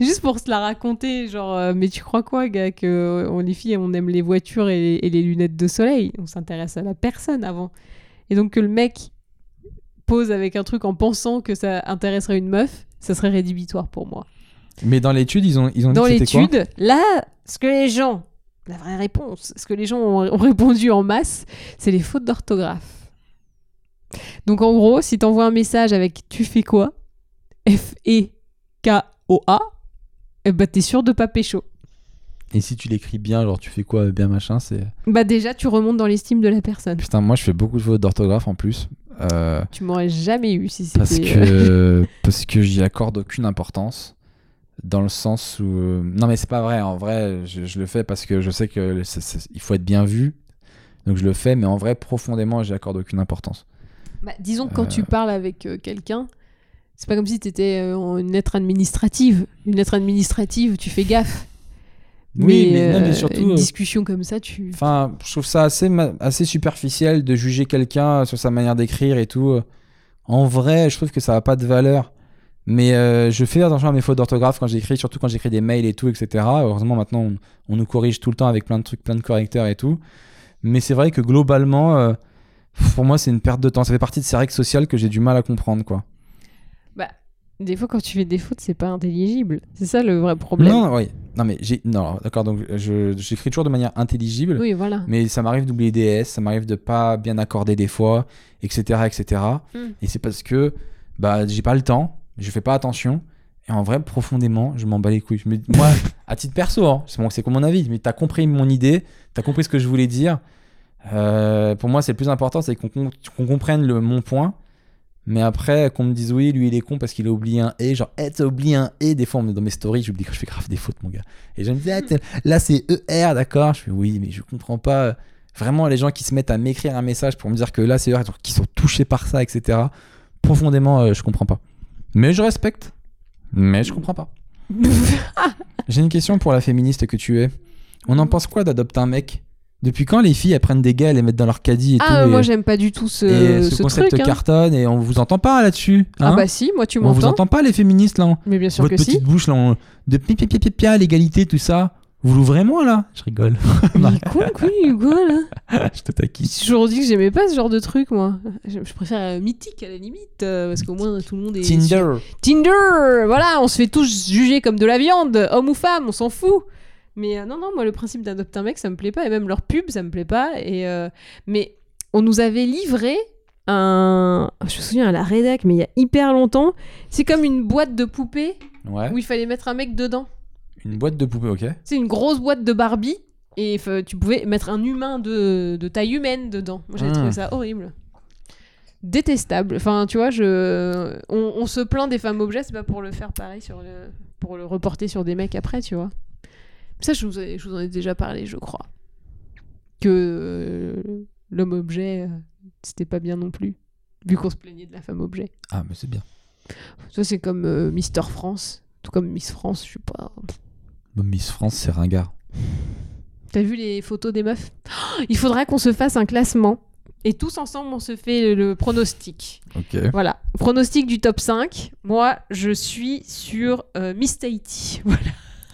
juste pour se la raconter. Genre, euh, mais tu crois quoi, gars, que euh, on, les filles, on aime les voitures et, et les lunettes de soleil On s'intéresse à la personne avant. Et donc, que le mec pose avec un truc en pensant que ça intéresserait une meuf, ça serait rédhibitoire pour moi Mais dans l'étude, ils ont, ils ont dans dit que c'était quoi l'étude, là, ce que les gens, la vraie réponse, ce que les gens ont, ont répondu en masse, c'est les fautes d'orthographe. Donc en gros, si t'envoies un message avec tu fais quoi F-E-K-O-A, eh bah t'es sûr de pas pécho. Et si tu l'écris bien, genre tu fais quoi, euh, bien machin, c'est. Bah déjà, tu remontes dans l'estime de la personne. Putain, moi, je fais beaucoup de fautes d'orthographe en plus. euh, Tu m'aurais jamais eu si c'était. euh, parce que parce que j'y accorde aucune importance dans le sens où euh, non mais c'est pas vrai en vrai je, je le fais parce que je sais que c'est- c'est- il faut être bien vu donc je le fais mais en vrai profondément j'y accorde aucune importance Bah, disons que quand tu parles avec euh, quelqu'un, c'est pas comme si t'étais euh, en une lettre administrative. Une lettre administrative, tu fais gaffe. Oui, mais- non, mais euh, surtout, Une euh, discussion comme ça, tu. enfin je trouve ça assez ma- assez superficiel de juger quelqu'un sur sa manière d'écrire et tout en vrai je trouve que ça a pas de valeur mais euh, je fais attention à mes fautes d'orthographe quand j'écris surtout quand j'écris des mails et tout etc heureusement maintenant on, on nous corrige tout le temps avec plein de trucs plein de correcteurs et tout mais c'est vrai que globalement euh, pour moi c'est une perte de temps ça fait partie de ces règles sociales que j'ai du mal à comprendre quoi Des fois, quand tu fais des fautes, c'est pas intelligible. C'est ça le vrai problème. non oui non mais j'ai non d'accord donc je- j'écris toujours de manière intelligible Oui, voilà. Mais ça m'arrive d'oublier des S, ça m'arrive de pas bien accorder des fois, etc. etc. Mm. Et c'est parce que bah, j'ai pas le temps, je fais pas attention. Et en vrai, profondément, je m'en bats les couilles. Je me- moi, à titre perso, hein, c'est bon, c'est comme mon avis, mais t'as compris mon idée, t'as compris ce que je voulais dire. Euh, pour moi, c'est le plus important, c'est qu'on com- qu'on comprenne le, mon point. Mais après, qu'on me dise oui, lui il est con parce qu'il a oublié un et, genre, eh, t'as oublié un et. Des fois, on me- dans mes stories, j'oublie que je fais grave des fautes, mon gars. Et je me dis, Ah, t'es- là c'est ER, d'accord Je fais oui, mais je comprends pas. Vraiment, les gens qui se mettent à m'écrire un message pour me dire que là c'est ER, genre, qui sont touchés par ça, etc. Profondément, euh, je comprends pas. Mais je respecte. Mais je comprends pas. J'ai une question pour la féministe que tu es. On en pense quoi d'adopter un mec Depuis quand les filles elles prennent des gars, elles les mettent dans leur caddie et tout ah, euh, et- moi, j'aime pas du tout ce, et ce concept truc. hein. cartonne et on vous entend pas là-dessus. Ah, hein bah si, moi, tu on vous m'entends. entend pas les féministes là. on- Mais bien sûr votre que petite si. bouche là, on- de pi pi pi pi pi, l'égalité, tout ça. Vous l'ouvrez moi là Je rigole. Mais quoi, quoi, quoi, là je te taquine. J'ai toujours dit que j'aimais pas ce genre de truc, moi. Je, je préfère euh, mythique à la limite, euh, parce qu'au moins tout le monde est. Tinder. Tinder, voilà, on se fait tous juger comme de la viande, homme ou femme, on s'en fout. Mais euh, non, non, moi le principe d'adopter un mec, ça me plaît pas, et même leur pub, ça me plaît pas. Et euh, mais on nous avait livré un. Je me souviens à la rédac, mais il y a hyper longtemps. C'est comme une boîte de poupées Ouais. où il fallait mettre un mec dedans. Une boîte de poupées, ok. C'est une grosse boîte de Barbie et f- tu pouvais mettre un humain de, de taille humaine dedans. Moi, j'avais Ah. trouvé ça horrible. Détestable. Enfin, tu vois, je... on, on se plaint des femmes objets, c'est pas pour le faire pareil, sur le... pour le reporter sur des mecs après, tu vois. Ça, je vous, ai- je vous en ai déjà parlé, je crois. Que euh, l'homme objet, euh, c'était pas bien non plus, vu qu'on se plaignait de la femme objet. Ah, mais c'est bien. Ça, c'est comme euh, Mister France. Tout comme Miss France, je suis pas. Bon, Miss France, c'est ringard. T'as vu les photos des meufs Oh, Il faudra qu'on se fasse un classement. Et tous ensemble, on se fait le, le pronostic. Ok. Voilà. Pronostic du top 5. Moi, je suis sur euh, Miss Tahiti. Voilà.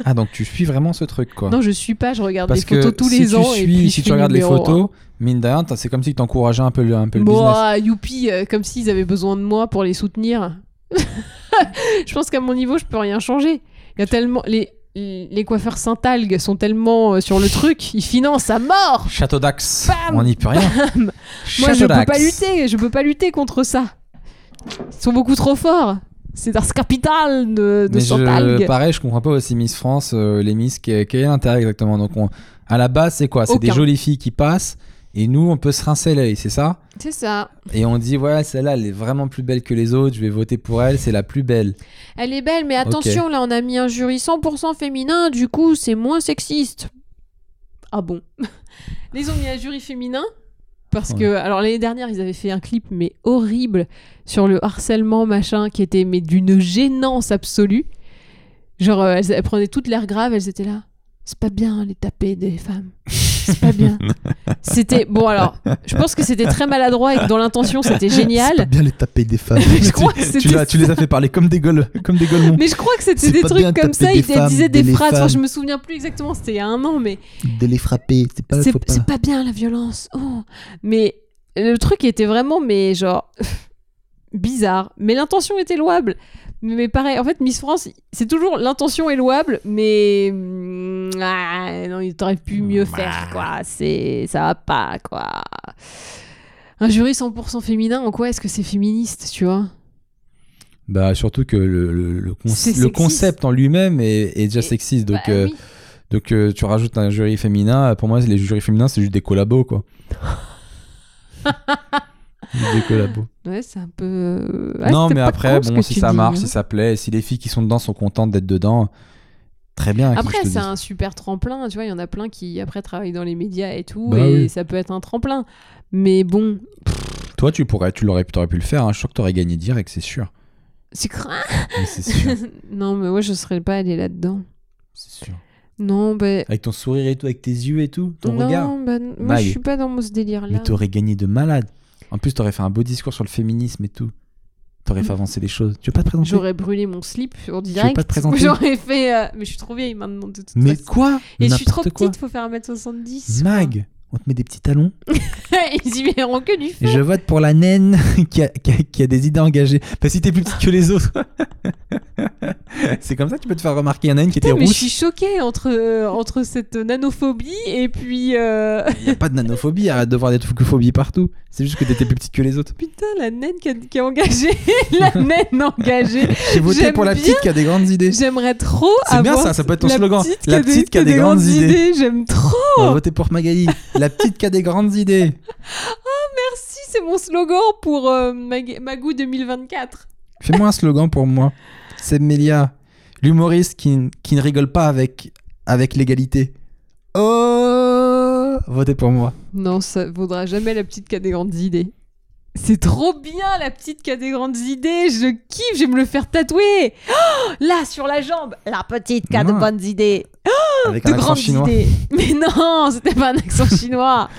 Ah, donc tu suis vraiment ce truc, quoi. Non, je suis pas, je regarde Parce les photos que tous si les tu ans. suis, et puis je si suis tu regardes les numéro un. photos, mine de rien, t'as- c'est comme si tu encourageais un peu le, un peu le business. Moi, youpi, euh, comme s'ils avaient besoin de moi pour les soutenir. je pense qu'à mon niveau, je peux rien changer. Il y a tellement. Les, les coiffeurs Saint-Algue sont tellement euh, sur le truc, ils financent à mort Château d'Axe. Bam On n'y peut rien. Moi, Château je peux d'Axe. pas lutter, je peux pas lutter contre ça. Ils sont beaucoup trop forts. C'est Ars Capital de, de Mais je- Sontag. pareil, je comprends pas aussi Miss France, euh, les Miss, que- quel est l'intérêt exactement Donc, on- à la base, c'est quoi C'est des Aucun. jolies filles qui passent et nous, on peut se rincer l'œil, c'est ça C'est ça. Et on dit, ouais, celle-là, elle est vraiment plus belle que les autres, je vais voter pour elle, c'est la plus belle. Elle est belle, mais attention, là, on a mis un jury 100% féminin, du coup, c'est moins sexiste. Ah bon Ils ont mis un jury féminin parce que, alors l'année dernière, ils avaient fait un clip, mais horrible, sur le harcèlement, machin, qui était, mais d'une gênance absolue. Genre, euh, elles, elles prenaient toute l'air grave, elles étaient là. C'est pas bien, les taper des femmes. C'est pas bien. C'était. Bon, alors, je pense que c'était très maladroit et que dans l'intention, c'était génial. bien les taper des femmes. Mais je Tu- crois que tu c'était l'as- tu les as fait parler comme des gueules, comme des gueulemons. Mais je crois que c'était C'est des pas trucs bien de comme taper ça. des Il femmes, disait des des phrases. Enfin, femmes. je me souviens plus exactement. C'était il y a un an, mais de les frapper. C'est pas, c'est faut pas. c'est pas bien la violence. Oh. Mais le truc était vraiment, mais genre bizarre. Mais l'intention était louable. Mais pareil, en fait, Miss France, c'est toujours l'intention est louable, mais hum, ah, non, il t'aurait pu mieux Bah. faire, quoi. C'est ça va pas, quoi. Un jury 100% féminin, en quoi est-ce que c'est féministe, tu vois Bah, surtout que le, le- le con- C'est le sexiste. concept en lui-même est, est déjà Et- sexiste. Donc, Bah, euh, oui. donc euh, tu rajoutes un jury féminin. Pour moi, les jurys féminins, c'est juste des collabos, quoi. Juste des collabos. Ouais, c'est un peu. Ouais, non, Bah, c'était mais pas après, con, ce bon, que si tu ça dis, marche, hein. si ça plaît, si les filles qui sont dedans sont contentes d'être dedans, très bien. qu'est-ce que Après, je te c'est dis un super tremplin, tu vois, il y en a plein qui après travaillent dans les médias et tout, Bah et oui. ça peut être un tremplin. Mais bon, Toi, tu pourrais, tu l'aurais, t'aurais pu le faire. hein. Je suis sûr que t'aurais gagné direct, c'est sûr. c'est craint. Mais c'est sûr, non, mais ouais, je serais pas allée là-dedans. c'est sûr. Non, bah. Avec ton sourire et tout, avec tes yeux et tout, ton non, regard. bah, n- moi, Maille. je suis pas dans ce délire-là. Mais t'aurais gagné de malade. En plus, t'aurais fait un beau discours sur le féminisme et tout. T'aurais fait avancer les choses. Tu veux pas te présenter Mm. J'aurais brûlé mon slip veux en pas direct. te présenter J'aurais fait. euh, Mais je suis trop vieille maintenant, de toute Mais façon. quoi Et je suis trop N'importe quoi. petite, faut faire 1m70. Mag, on te met des petits talons. Ils y verront que du Et feu. je vote pour la naine qui a, qui a- qui a des idées engagées. Parce que si t'es plus petite que les autres. C'est comme ça que tu peux te faire remarquer. Il y en a une qui était Putain, mais je rouge. suis choquée entre, euh, entre cette nanophobie et puis. euh, Il n'y a pas de nanophobie, arrête de voir des phobies partout. C'est juste que t'étais plus petite que les autres. Putain, la naine qui, a- qui est engagée. la naine engagée. J'ai voté J'aime pour la bien. petite qui a des grandes idées. J'aimerais trop C'est bien avoir ça, ça peut être ton la slogan. Petite La petite qui a des grandes idées. J'aime trop. On va voter pour Magali. La petite qui a des grandes idées. Si, c'est mon slogan pour euh, Mag- Magou 2024. Fais-moi un slogan pour moi. C'est Melia, l'humoriste qui, n- qui ne rigole pas avec, avec l'égalité. Oh Votez pour moi. Non, ça vaudra jamais la petite qui a des grandes idées. C'est trop bien la petite qui a des grandes idées. Je kiffe, je vais me le faire tatouer. Oh, là, sur la jambe. La petite qui a de Non. bonnes idées. Avec De un accent grandes chinois. idées. Mais non, c'était pas un accent chinois.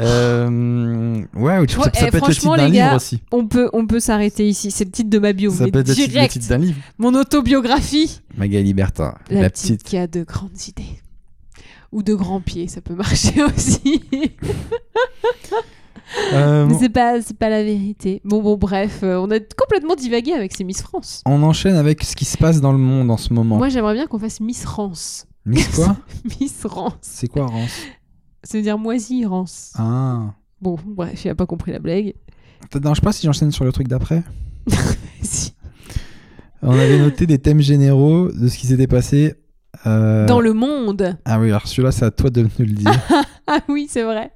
Euh, ouais, ou tu- Fran- ça, ça eh, peut être le franchement, titre d'un les livre gars, aussi. On peut, on peut s'arrêter ici. C'est le titre de ma bio. Ça mais peut être le titre- le direct, titre d'un livre. mon autobiographie. Magali Bertin, La, la, petite, qui a de grandes idées. Ou de grands pieds, ça peut marcher aussi. Euh, Mais c'est pas, c'est pas la vérité. Bon, bon, bref, euh, on a complètement divagué avec ces Miss France. on enchaîne avec ce qui se passe dans le monde en ce moment. Moi, j'aimerais bien qu'on fasse Miss France. Miss quoi Miss France. C'est quoi Rance Ça veut dire moisie Rance. Ah. Bon, bref, il a pas compris la blague. Ça te dérange pas si j'enchaîne sur le truc d'après Si. Euh. On avait noté des thèmes généraux de ce qui s'était passé. euh, Dans le monde. Ah oui, alors celui-là, c'est à toi de nous le dire. Ah oui, c'est vrai.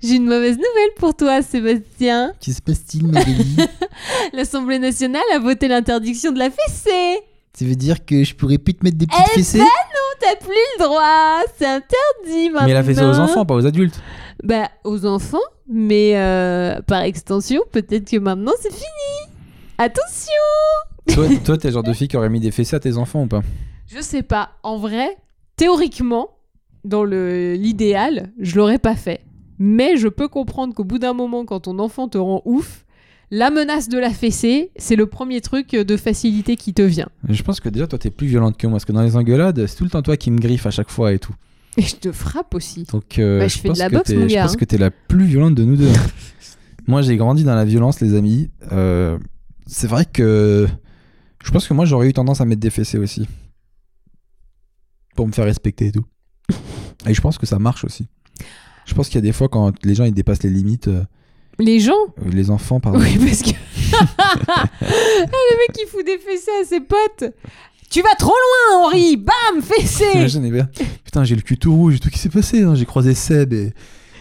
J'ai une mauvaise nouvelle pour toi, Sébastien. qui se passe-t-il, Magali L'Assemblée nationale a voté l'interdiction de la fessée. Ça veut dire que je pourrais plus te mettre des petites Eh fessées T'as plus le droit, c'est interdit maintenant. Mais elle a fait ça aux enfants, pas aux adultes. Bah, aux enfants, mais euh, par extension, peut-être que maintenant c'est fini. Attention Toi, toi, t'es le genre de fille qui aurait mis des fessées à tes enfants ou pas Je sais pas, en vrai, théoriquement, dans le l'idéal, je l'aurais pas fait. Mais je peux comprendre qu'au bout d'un moment, quand ton enfant te rend ouf, la menace de la fessée, c'est le premier truc de facilité qui te vient. Je pense que déjà, toi, t'es plus violente que moi, parce que dans les engueulades, c'est tout le temps toi qui me griffe à chaque fois et tout. Et je te frappe aussi. Donc, euh, Bah, je je, fais de pense la que boxe, t'es- mon je gars, pense hein. que t'es la plus violente de nous deux. hein. moi, j'ai grandi dans la violence, les amis. Euh, c'est vrai que je pense que moi, j'aurais eu tendance à mettre des fessées aussi. Pour me faire respecter et tout. Et je pense que ça marche aussi. Je pense qu'il y a des fois quand les gens ils dépassent les limites, euh, Les gens les enfants pardon. Oui, parce que. Ah, le mec, il fout des fessées à ses potes. Tu vas trop loin, Henri Bam, fessée T'imagines, les gars Putain, j'ai le cul tout rouge et tout. Qu'est-ce qui s'est passé hein J'ai croisé Seb et.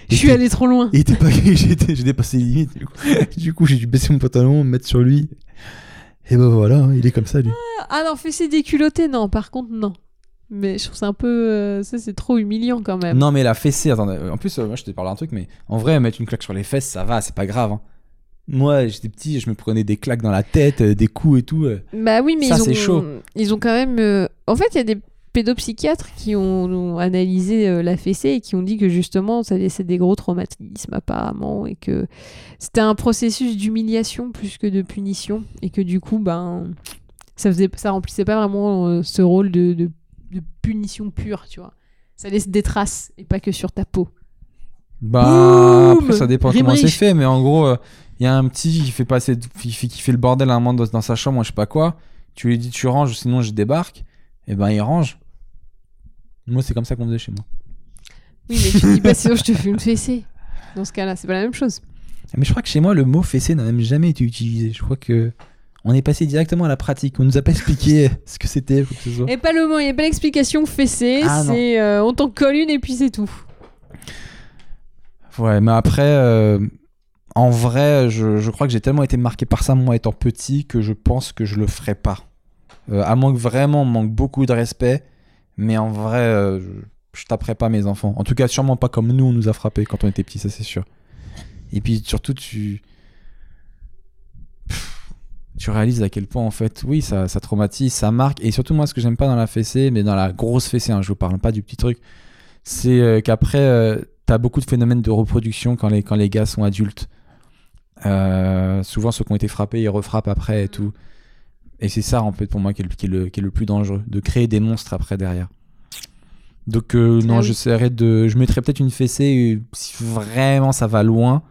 Je suis allé trop loin. Il était pas j'ai été- j'ai dépassé les limites. Du coup, Du coup, j'ai dû baisser mon pantalon, me mettre sur lui. Et ben voilà, hein, il est comme ça, lui. Ah non, fessée déculottée, non, par contre, non. Mais je trouve ça un peu. euh, ça, c'est trop humiliant quand même. Non, mais la fessée, attendez. En plus, euh, moi, je te parle d'un truc, mais en vrai, mettre une claque sur les fesses, ça va, c'est pas grave. hein. Moi, j'étais petit, je me prenais des claques dans la tête, euh, des coups et tout. euh. Bah oui, mais Ça, ils, ont, c'est chaud. ils ont quand même. euh, En fait, il y a des pédopsychiatres qui ont, ont analysé euh, la fessée et qui ont dit que justement, ça laissait des gros traumatismes apparemment et que c'était un processus d'humiliation plus que de punition et que du coup, ben, ça faisait, ça remplissait pas vraiment euh, ce rôle de, de- de punition pure, tu vois. Ça laisse des traces et pas que sur ta peau. Bah, Boum après, ça dépend Rime comment c'est riche. fait, mais en gros, il y a un petit qui fait, passer, qui fait- qui fait le bordel à un moment dans, dans sa chambre, je sais pas quoi. Tu lui dis, tu ranges, sinon je débarque. Et ben, il range. Moi, c'est comme ça qu'on faisait chez moi. Oui, mais tu dis pas sinon je te fais une fessée. Dans ce cas-là, c'est pas la même chose. Mais je crois que chez moi, le mot fessé n'a même jamais été utilisé. Je crois que on est passé directement à la pratique. On nous a pas expliqué ce que c'était. quoi que ce soit. Et pas le mot, il n'y a pas l'explication fessée, Ah, non. c'est euh, on t'en colle une et puis c'est tout. Ouais, mais après, euh, en vrai, je, je crois que j'ai tellement été marqué par ça, moi, étant petit, que je pense que je le ferai pas. Euh, à moins que vraiment, on manque beaucoup de respect. Mais en vrai, euh, je, je taperai pas mes enfants. En tout cas, sûrement pas comme nous, on nous a frappés quand on était petits, ça c'est sûr. Et puis surtout, tu. Pff, Tu réalises à quel point, en fait, oui, ça, ça traumatise, ça marque. Et surtout, moi, ce que j'aime pas dans la fessée, mais dans la grosse fessée, hein, je vous parle pas du petit truc, c'est euh, qu'après, euh, t'as beaucoup de phénomènes de reproduction quand les, quand les gars sont adultes. Euh, souvent, ceux qui ont été frappés, ils refrappent après et tout. Et c'est ça, en fait, pour moi, qui est, le, qui est le- qui est le plus dangereux, de créer des monstres après derrière. Donc, euh, Ah non, oui. j'essaierai de. Je mettrai peut-être une fessée euh, si vraiment ça va loin.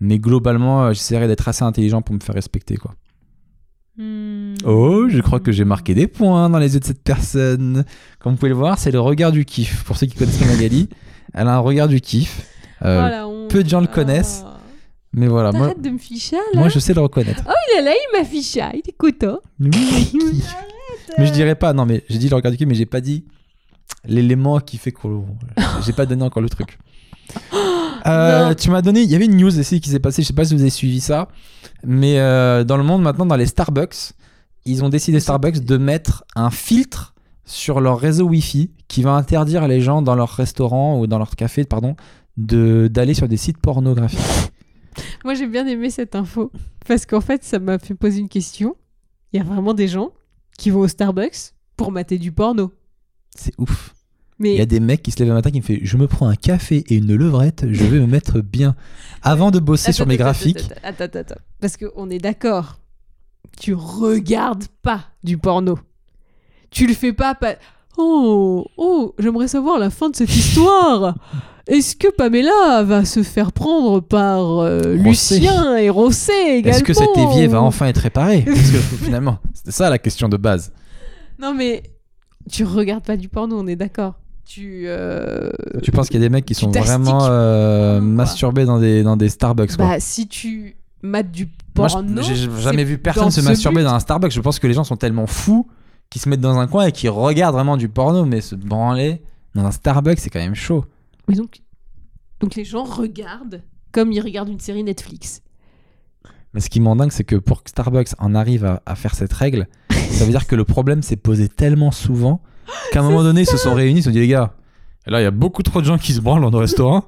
Mais globalement, euh, j'essaierai d'être assez intelligent pour me faire respecter, quoi. Hmm. Oh, je crois que j'ai marqué des points dans les yeux de cette personne. Comme vous pouvez le voir, c'est le regard du kiff. Pour ceux qui connaissent Magali, elle a un regard du kiff. Euh, Oh, peu de gens le connaissent. Mais voilà, moi, Ah. T'arrêtes de me ficher là. moi je sais le reconnaître. Il est là, il m'a fiché, il est content. mais je dirais pas, non, mais j'ai dit le regard du kiff, mais j'ai pas dit l'élément qui fait qu'on. J'ai pas donné encore le truc. Euh, Non. tu m'as donné, il y avait une news aussi qui s'est passée, je sais pas si vous avez suivi ça, mais euh, dans le monde maintenant, dans les Starbucks, ils ont décidé Starbucks de mettre un filtre sur leur réseau Wi-Fi qui va interdire les gens dans leur restaurant ou dans leur café, pardon, de d'aller sur des sites pornographiques. Moi j'ai bien aimé cette info parce qu'en fait ça m'a fait poser une question. Il y a vraiment des gens qui vont au Starbucks pour mater du porno. C'est ouf. Il y a Mais des mecs qui se lèvent le matin qui me fait je me prends un café et une levrette, je vais me mettre bien avant de bosser sur mes Attends, attends, graphiques. attends, Attends, attends, attends. Parce qu'on est d'accord. Tu regardes pas du porno. Tu le fais pas. pa- Oh, oh, j'aimerais savoir la fin de cette histoire. Est-ce que Pamela va se faire prendre par euh, Rossé. Lucien et Rossé également Est-ce que cet évier va enfin être réparé Parce que finalement, c'était ça la question de base. Non mais tu regardes pas du porno, on est d'accord. Tu. euh, Tu penses qu'il y a des mecs qui Tu sont t'astiques. vraiment euh, Quoi. masturbés dans des, dans des Starbucks quoi. Bah si tu matent du Moi, porno. je- j'ai c'est jamais vu personne dans se ce masturber but. dans un Starbucks. Je pense que les gens sont tellement fous qu'ils se mettent dans un coin et qu'ils regardent vraiment du porno, mais se branler dans un Starbucks, c'est quand même chaud. Mais donc, donc les gens regardent comme ils regardent une série Netflix. Mais ce qui m'endingue, c'est que pour que Starbucks en arrive à, à faire cette règle, ça veut dire que le problème s'est posé tellement souvent qu'à un moment donné, ils se sont réunis, ils se sont dit, les gars, là, il y a beaucoup trop de gens qui se branlent dans nos restaurants.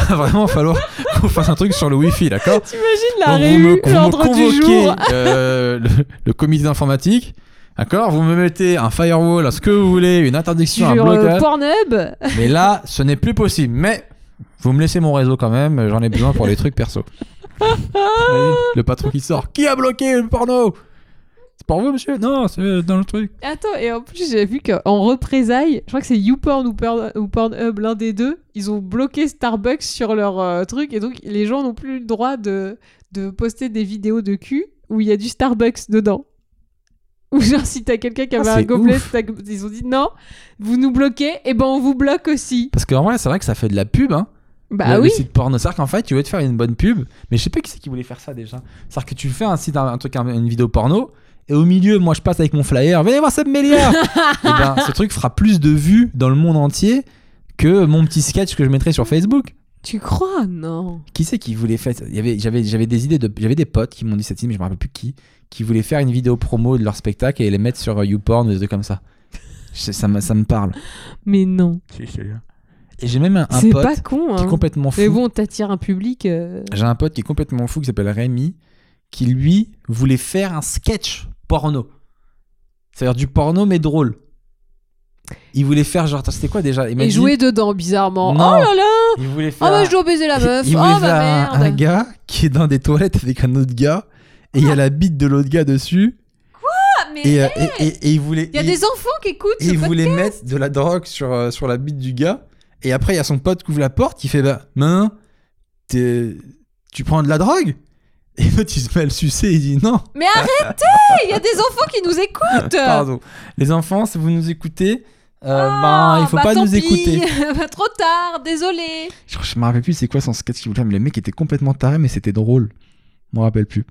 Vraiment, il va falloir qu'on fasse un truc sur le Wi-Fi, d'accord T'imagines Donc, la vous me, réu, vous me l'ordre du jour. convoquez euh, le, le comité d'informatique, d'accord Vous me mettez un firewall, ce que vous voulez, une interdiction, un hein. Sur euh, blocage. Pornhub. Mais là, ce n'est plus possible. Mais vous me laissez mon réseau quand même, j'en ai besoin pour les trucs perso. T'imagines le patron qui sort. Qui a bloqué le porno C'est pour vous, monsieur Non, c'est dans le truc. Attends, et en plus, j'ai vu qu'en représailles, je crois que c'est YouPorn ou, Porn- ou Pornhub, l'un des deux, ils ont bloqué Starbucks sur leur euh, truc, et donc les gens n'ont plus le droit de, de poster des vidéos de cul où il y a du Starbucks dedans. Ou genre, si t'as quelqu'un qui Ah, avait c'est un gobelet, ouf. t'as- ils ont dit non, vous nous bloquez, et ben on vous bloque aussi. Parce qu'en vrai, c'est vrai que ça fait de la pub, hein. Bah le, oui, le site porno. C'est-à-dire qu'en fait, tu veux te faire une bonne pub, mais je sais pas qui c'est qui voulait faire ça déjà. C'est-à-dire que tu fais un site, un, un truc, un- une vidéo porno, et au milieu, moi je passe avec mon flyer, venez voir Seb Melia Et ben, ce truc fera plus de vues dans le monde entier que mon petit sketch que je mettrais sur Facebook. tu crois Non. Qui c'est qui voulait faire ça Il y avait- J'avais j'avais des idées de. J'avais des potes qui m'ont dit cette idée, mais je me rappelle plus qui, qui voulaient faire une vidéo promo de leur spectacle et les mettre sur euh, YouPorn ou des trucs comme ça. Je- ça, me, ça me parle. Mais non. Et j'ai même un, un C'est pote pas con, qui est hein. complètement fou. Mais bon, t'attires un public. euh, J'ai un pote qui est complètement fou qui s'appelle Rémi, qui lui voulait faire un sketch porno. C'est-à-dire du porno mais drôle. Il voulait faire genre, attends, c'était quoi déjà Il m'a Et dit- jouer dedans, bizarrement. Non. Oh là là Il voulait Oh faire. bah je dois baiser la meuf il Oh voulait bah faire un- merde un gars qui est dans des toilettes avec un autre gars et il y a la bite de l'autre gars dessus Ah, mais et, euh, et, et- et il voulait. il y a et- des enfants qui écoutent et ce il pod- voulait mettre de la drogue sur, euh, sur la bite du gars. Et après, il y a son pote qui ouvre la porte, il fait Bah, main, t'es- tu prends de la drogue Et l'autre, il se met à le sucer, il dit Non, Mais arrêtez Il y a des enfants qui nous écoutent pardon. Les enfants, si vous nous écoutez, euh, Ah, ben, il faut bah, pas tant nous pis. écouter. Bah, Trop tard, désolé Je, je me rappelle plus c'est quoi son sketch qu'il voulait, mais le mec était complètement taré, mais c'était drôle. Je me rappelle plus.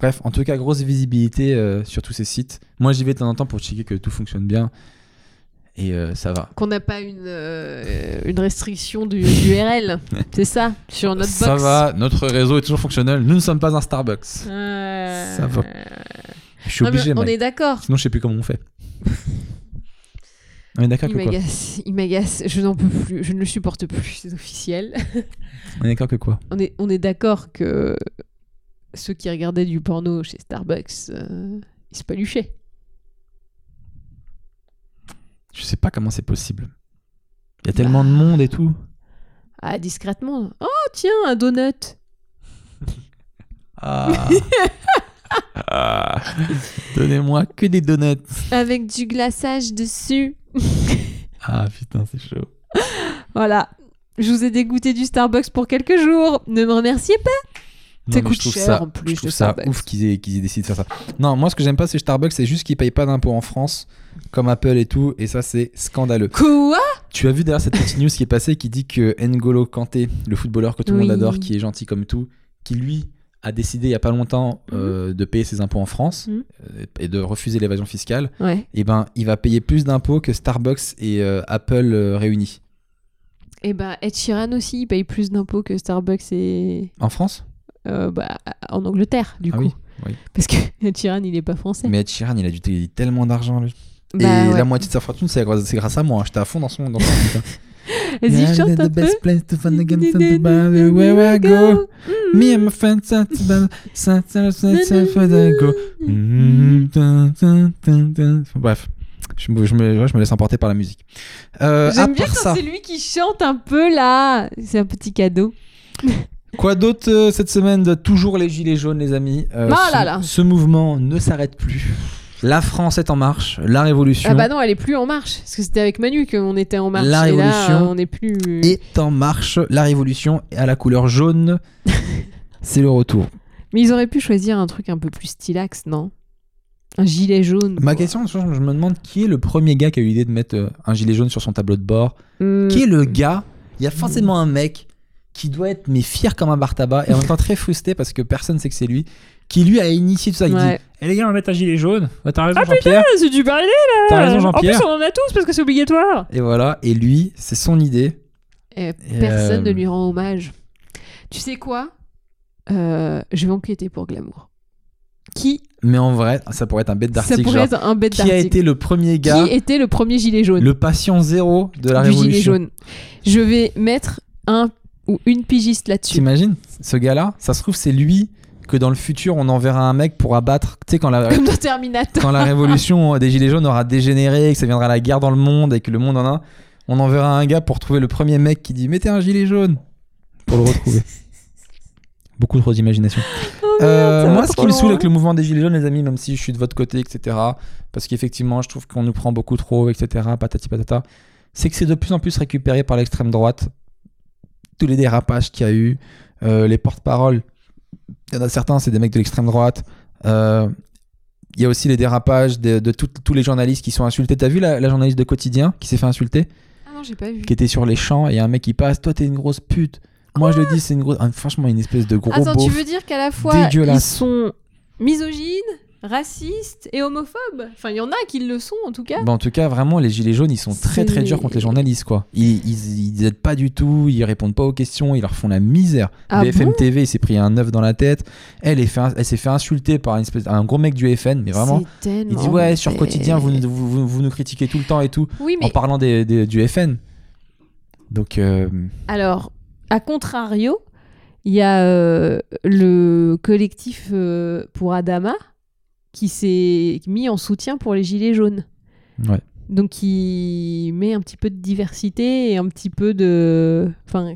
Bref, en tout cas, grosse visibilité euh, sur tous ces sites. Moi, j'y vais de temps en temps pour checker que tout fonctionne bien. Et euh, ça va. Qu'on n'a pas une, euh, une restriction du URL, c'est ça, sur notre box. Ça va, notre réseau est toujours fonctionnel. Nous ne sommes pas un Starbucks. Euh, Ça va. Je suis non, Ah, mais obligé, on Mike. est d'accord. Sinon, je sais plus comment on fait. on est d'accord que Il quoi m'agace, il m'agace, je n'en peux plus, je ne le supporte plus, c'est officiel. On est d'accord que quoi On est, on est d'accord que ceux qui regardaient du porno chez Starbucks, euh, ils se paluchaient. Je sais pas comment c'est possible. Il y a Bah. tellement de monde et tout. Ah, discrètement. Oh, tiens, un donut. Ah. Ah. Donnez-moi que des donuts. Avec du glaçage dessus. Ah putain, c'est chaud. Voilà. Je vous ai dégoûté du Starbucks pour quelques jours. Ne me remerciez pas. Ça Non, mais coûte je trouve cher, ça, en plus, je trouve le ça Starbucks. ouf qu'ils aient, qu'ils aient décidé de faire ça. Non, moi ce que j'aime pas c'est Starbucks, c'est juste qu'ils payent pas d'impôts en France, comme Apple et tout, et ça c'est scandaleux. Quoi Tu as vu d'ailleurs cette petite news qui est passée qui dit que N'Golo Kanté, le footballeur que tout le Oui. monde adore, qui est gentil comme tout, qui lui a décidé il y a pas longtemps euh, de payer ses impôts en France Mhm. euh, et de refuser l'évasion fiscale, Ouais. et ben il va payer plus d'impôts que Starbucks et euh, Apple euh, réunis. Et bah, Ed Sheeran aussi, il paye plus d'impôts que Starbucks et. En France euh, bah, en Angleterre, du Ah coup. oui, oui. Parce que Ed Sheeran, il est pas français. Mais Ed Sheeran, il a dû payer tellement d'argent. le- Bah, et ouais. la moitié de sa fortune, c'est grâce, c'est grâce à moi. hein. J'étais à fond dans son. Dans son putain. Vas-y, Yeah, chante the un peu. best place to find the games and the bar, where I go. Me and my friends, that's the- that's the- that's the- where I go. Mm, dun, dun, dun, dun. Bref, je me, je me- ouais, je me laisse emporter par la musique. Euh, à J'aime bien part ça, quand c'est lui qui chante un peu là. C'est un petit cadeau. quoi d'autre euh, cette semaine de Toujours les gilets jaunes, les amis. Euh, Ah ce, là là. ce mouvement ne s'arrête plus. La France est en marche, la révolution Ah bah non, elle est plus en marche. Parce que c'était avec Manu qu'on était en marche. La et là, révolution on n'est plus. euh, est en marche, la révolution est à la couleur jaune. c'est le retour. Mais ils auraient pu choisir un truc un peu plus stylax, non Un gilet jaune. Ma quoi. question, je me demande qui est le premier gars qui a eu l'idée de mettre euh, un gilet jaune sur son tableau de bord Hmm. Qui est le gars Il y a forcément un mec qui doit être mais fier comme un bar tabac et en même temps très frustré parce que personne sait que c'est lui, qui lui a initié tout ça. Il Ouais. dit Eh les gars, on va mettre un gilet jaune. Ouais, T'as raison, Ah, Jean-Pierre. c'est du barilé là T'as raison, Jean-Pierre. En plus, on en a tous parce que c'est obligatoire Et voilà, et lui, c'est son idée. Et personne euh, ne lui rend hommage. Tu sais quoi Euh, Je vais enquêter pour Glamour. Qui Mais en vrai, ça pourrait être un bête Ça d'article. pourrait genre, être un bête Qui a d'article. été le premier gars, Qui était le premier gilet jaune le patient zéro de la du révolution gilet jaune Je vais mettre un ou une pigiste là-dessus. T'imagines ce gars-là Ça se trouve, c'est lui que dans le futur, on enverra un mec pour abattre. Tu sais, quand la, Comme dans Terminator. quand la révolution des Gilets jaunes aura dégénéré, que ça viendra la guerre dans le monde et que le monde en a, on enverra un gars pour trouver le premier mec qui dit Mettez un gilet jaune pour le retrouver. Beaucoup trop d'imagination. Euh, Oh, ça va moi, ce trop qui me loin. saoule avec le mouvement des Gilets jaunes, les amis, même si je suis de votre côté, etc., parce qu'effectivement, je trouve qu'on nous prend beaucoup trop, etc., patati patata, c'est que c'est de plus en plus récupéré par l'extrême droite. Tous les dérapages qu'il y a eu, euh, les porte-paroles, il y en a certains, c'est des mecs de l'extrême droite. Euh, il y a aussi les dérapages de, de tout- tous les journalistes qui sont insultés. T'as vu la, la journaliste de quotidien qui s'est fait insulter, Ah non, j'ai pas vu. qui était sur les champs et il y a un mec qui passe, toi t'es une grosse pute. Moi je le dis, c'est une grosse. ah, franchement, une espèce de gros Attends, tu beauf. veux dire qu'à la fois ils dégueulasse. sont misogynes, racistes et homophobes Enfin, il y en a qui le sont en tout cas. Bah, en tout cas, vraiment, les gilets jaunes, ils sont très très C'est- durs contre les journalistes, quoi. Ils, ils, ils aident pas du tout, ils répondent pas aux questions, ils leur font la misère. Ah BFM TV, il s'est pris un œuf dans la tête. Elle, est fait, elle s'est fait insulter par une espèce, un gros mec du FN, mais vraiment. Il dit ouais, sur quotidien, vous, nous- vous, vous- vous nous critiquez tout le temps et tout, Oui, en mais parlant des, des- du FN. Donc, euh, alors, à contrario, il y a euh, le collectif euh, pour Adama qui s'est mis en soutien pour les Gilets jaunes. ouais. Donc, qui met un petit peu de diversité et un petit peu de. Enfin,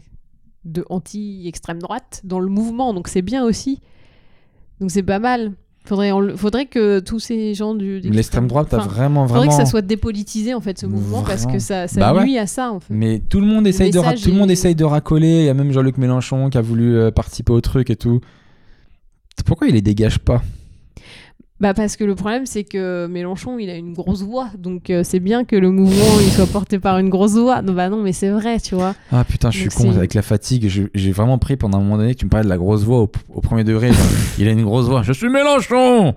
de anti-extrême droite dans le mouvement. Donc, c'est bien aussi. Donc, c'est pas mal. Faudrait, on le- faudrait que tous ces gens du. L'extrême droite a Enfin, vraiment, Faudrait vraiment. que ça soit dépolitisé, en fait, ce mouvement, parce Vraiment. que ça, ça Bah ouais. nuit à ça, en fait. Mais tout le monde essaye de, ra- message tout le monde est- essaye de racoler. Il y a même Jean-Luc Mélenchon qui a voulu euh, participer au truc et tout. Pourquoi il les dégage pas Bah parce que le problème c'est que Mélenchon il a une grosse voix donc euh, c'est bien que le mouvement il soit porté par une grosse voix. Non bah non mais c'est vrai tu vois. Ah putain, je suis Donc con c'est- avec la fatigue. je- J'ai vraiment pris pendant un moment donné que tu me parlais de la grosse voix au, au premier degré. genre, il a une grosse voix. Je suis Mélenchon.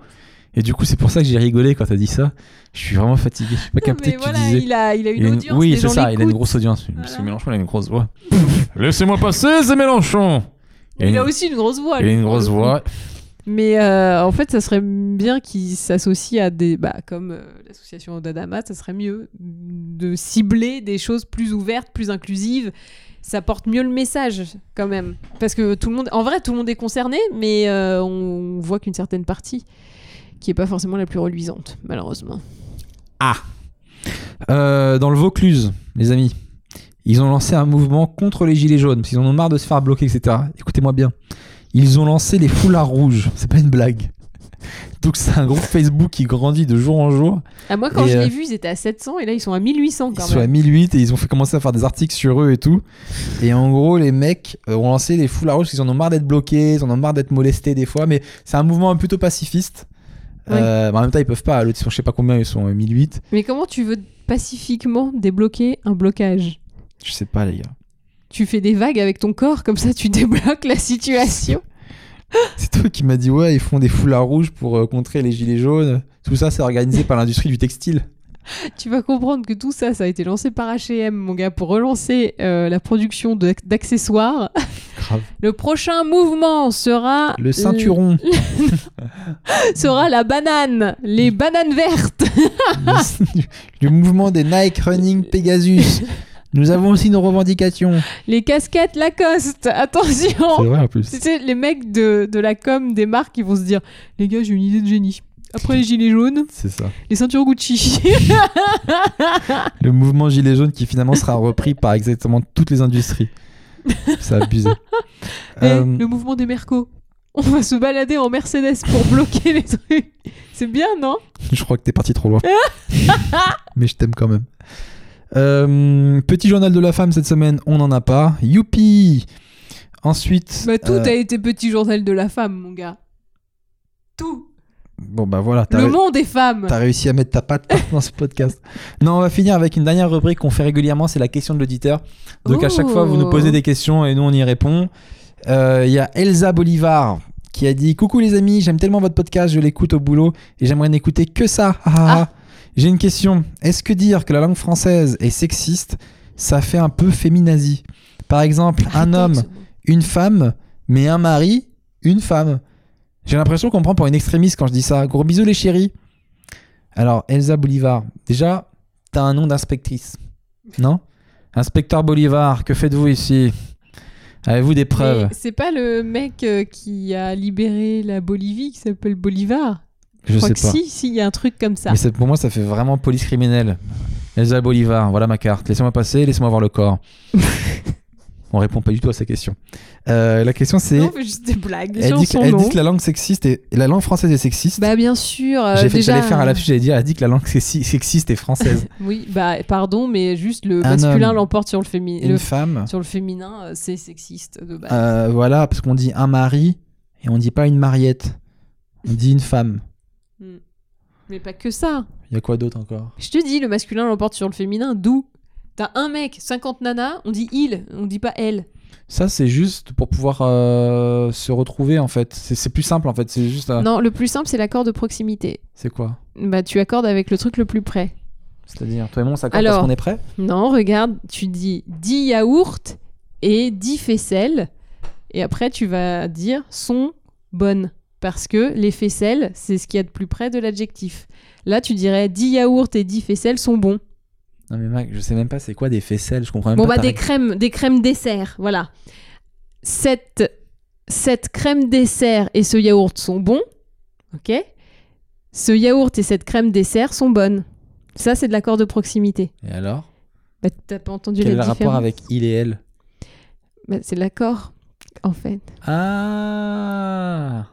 Et du coup, c'est pour ça que j'ai rigolé quand t'as dit ça. Je suis vraiment fatigué. J'ai pas capté mais que voilà tu disais. il a il a Il une a une- audience. Oui, les c'est gens ça, il a une l'écoutent. grosse audience. Parce que Voilà. Mélenchon, il a une grosse voix. Laissez-moi passer, c'est Mélenchon Il, a aussi une grosse voix. il a lui, une pour grosse le coup. voix. Mais euh, en fait ça serait bien qu'il s'associe à des bah comme euh, l'association d'Adama ça serait mieux de cibler des choses plus ouvertes plus inclusives. Ça porte mieux le message quand même parce que tout le monde en vrai tout le monde est concerné mais euh, on voit qu'une certaine partie qui est pas forcément la plus reluisante malheureusement. Euh, dans le Vaucluse, les amis, ils ont lancé un mouvement contre les gilets jaunes, parce qu'ils en ont marre de se faire bloquer, etc. Écoutez-moi bien. Ils ont lancé les foulards rouges, c'est pas une blague. Donc c'est un groupe Facebook qui grandit de jour en jour. Ah, moi, quand Et, je euh, l'ai vu, ils étaient à 700 et là, ils sont à 1800 Ils quand sont à même. 1008 et ils ont fait commencer à faire des articles sur eux et tout. Et en gros, les mecs euh, ont lancé les foulards rouges, ils en ont marre d'être bloqués, ils en ont marre d'être molestés des fois, mais c'est un mouvement plutôt pacifiste. Oui. Euh, bah, en même temps, ils peuvent pas. L'autre, ils sont, je sais pas combien, ils sont euh, 1008. Mais comment tu veux pacifiquement débloquer un blocage Je sais pas, les gars. Tu fais des vagues avec ton corps, comme ça, tu débloques la situation. C'est toi qui m'as dit ouais, ils font des foulards rouges pour euh, contrer les gilets jaunes. Tout ça, c'est organisé par l'industrie du textile. tu vas comprendre que tout ça, ça a été lancé par HM, mon gars, pour relancer euh, la production de- d'accessoires. Grave. Le prochain mouvement sera. Le ceinturon. sera la banane. Les bananes vertes. le, le mouvement des Nike Running Pegasus. Nous avons aussi nos revendications. Les casquettes Lacoste. Attention vrai en plus. Tu sais, les mecs de, de la com des marques, ils vont se dire Les gars, j'ai une idée de génie. Après les gilets jaunes, C'est ça. les ceintures Gucci. Le mouvement gilet jaune qui finalement sera repris par exactement toutes les industries. Ça abusé. Et Euh, le mouvement des Mercos. On va se balader en Mercedes pour bloquer les trucs. C'est bien, non Je crois que t'es parti trop loin. Mais je t'aime quand même. Euh, petit journal de la femme cette semaine, on n'en a pas. Youpi Ensuite. Bah, tout euh, a été petit journal de la femme, mon gars. Tout. Bon, bah voilà, t'as Le ré- monde est femme. t'as réussi à mettre ta patte dans ce podcast. Non, on va finir avec une dernière rubrique qu'on fait régulièrement, c'est la question de l'auditeur. Donc à chaque fois, vous nous posez des questions et nous, on y répond. Euh, Il y a Elsa Bolivar qui a dit Coucou les amis, j'aime tellement votre podcast, je l'écoute au boulot et j'aimerais n'écouter que ça. Ah, ah, ah. J'ai une question. Est-ce que dire que la langue française est sexiste, ça fait un peu féminazi Par exemple, un Arrêtez homme avec ce une femme, mais un mari, une femme. J'ai l'impression qu'on me prend pour une extrémiste quand je dis ça. Gros bisous les chéris. Alors, Elsa Bolivar, déjà, t'as un nom d'inspectrice, non Inspecteur Bolivar, que faites-vous ici Avez-vous des preuves Mais C'est pas le mec euh, qui a libéré la Bolivie qui s'appelle Bolivar Je crois sais que pas. si, si, il y a un truc comme ça. Mais c'est- pour moi, ça fait vraiment police criminelle. Elsa Bolivar, voilà ma carte. Laissez-moi passer, laissez-moi voir le corps. On répond pas du tout à sa question. Euh, la question c'est. Non, on fait juste des blagues. Elle sur dit, que, son elle nom. dit que la langue sexiste est, la langue française est sexiste. Bah bien sûr. euh, J'ai fait- déjà, J'allais faire un euh, lapsus, j'allais dire, elle dit que la langue sexi- sexiste est française. Oui, bah pardon, mais juste le Un masculin homme. l'emporte sur le féminin. une femme. Sur le féminin, euh, c'est sexiste de base. Euh, voilà, parce qu'on dit un mari et on dit pas une mariette. On dit une femme. Mm. Mais pas que ça. Il y a quoi d'autre encore Je te dis, le masculin l'emporte sur le féminin, d'où T'as un mec, 50 nanas, on dit il, on dit pas elle. Ça, c'est juste pour pouvoir euh, se retrouver, en fait. C'est c'est plus simple, en fait. C'est juste. euh, Non, le plus simple, c'est l'accord de proximité. C'est quoi Bah tu accordes avec le truc le plus près. C'est-à-dire, toi et moi, on s'accorde Alors. parce qu'on est prêt Non, regarde, tu dis 10 yaourts et 10 faisselles. Et après, tu vas dire sont bonnes. Parce que les faisselles, c'est ce qu'il y a de plus près de l'adjectif. Là, tu dirais 10 yaourts et 10 faisselles sont bons. Non, mais mec, je sais même pas c'est quoi des faisselles, je comprends même bon, pas. bah, ta des règle. crèmes, des crèmes dessert, voilà. Cette, cette crème dessert et ce yaourt sont bons. OK Ce yaourt et cette crème dessert sont bonnes. Ça, c'est de l'accord de proximité. Et alors Bah, T'as pas entendu Quel est la le rapport différence avec il et elle Bah, c'est l'accord, en fait. Ah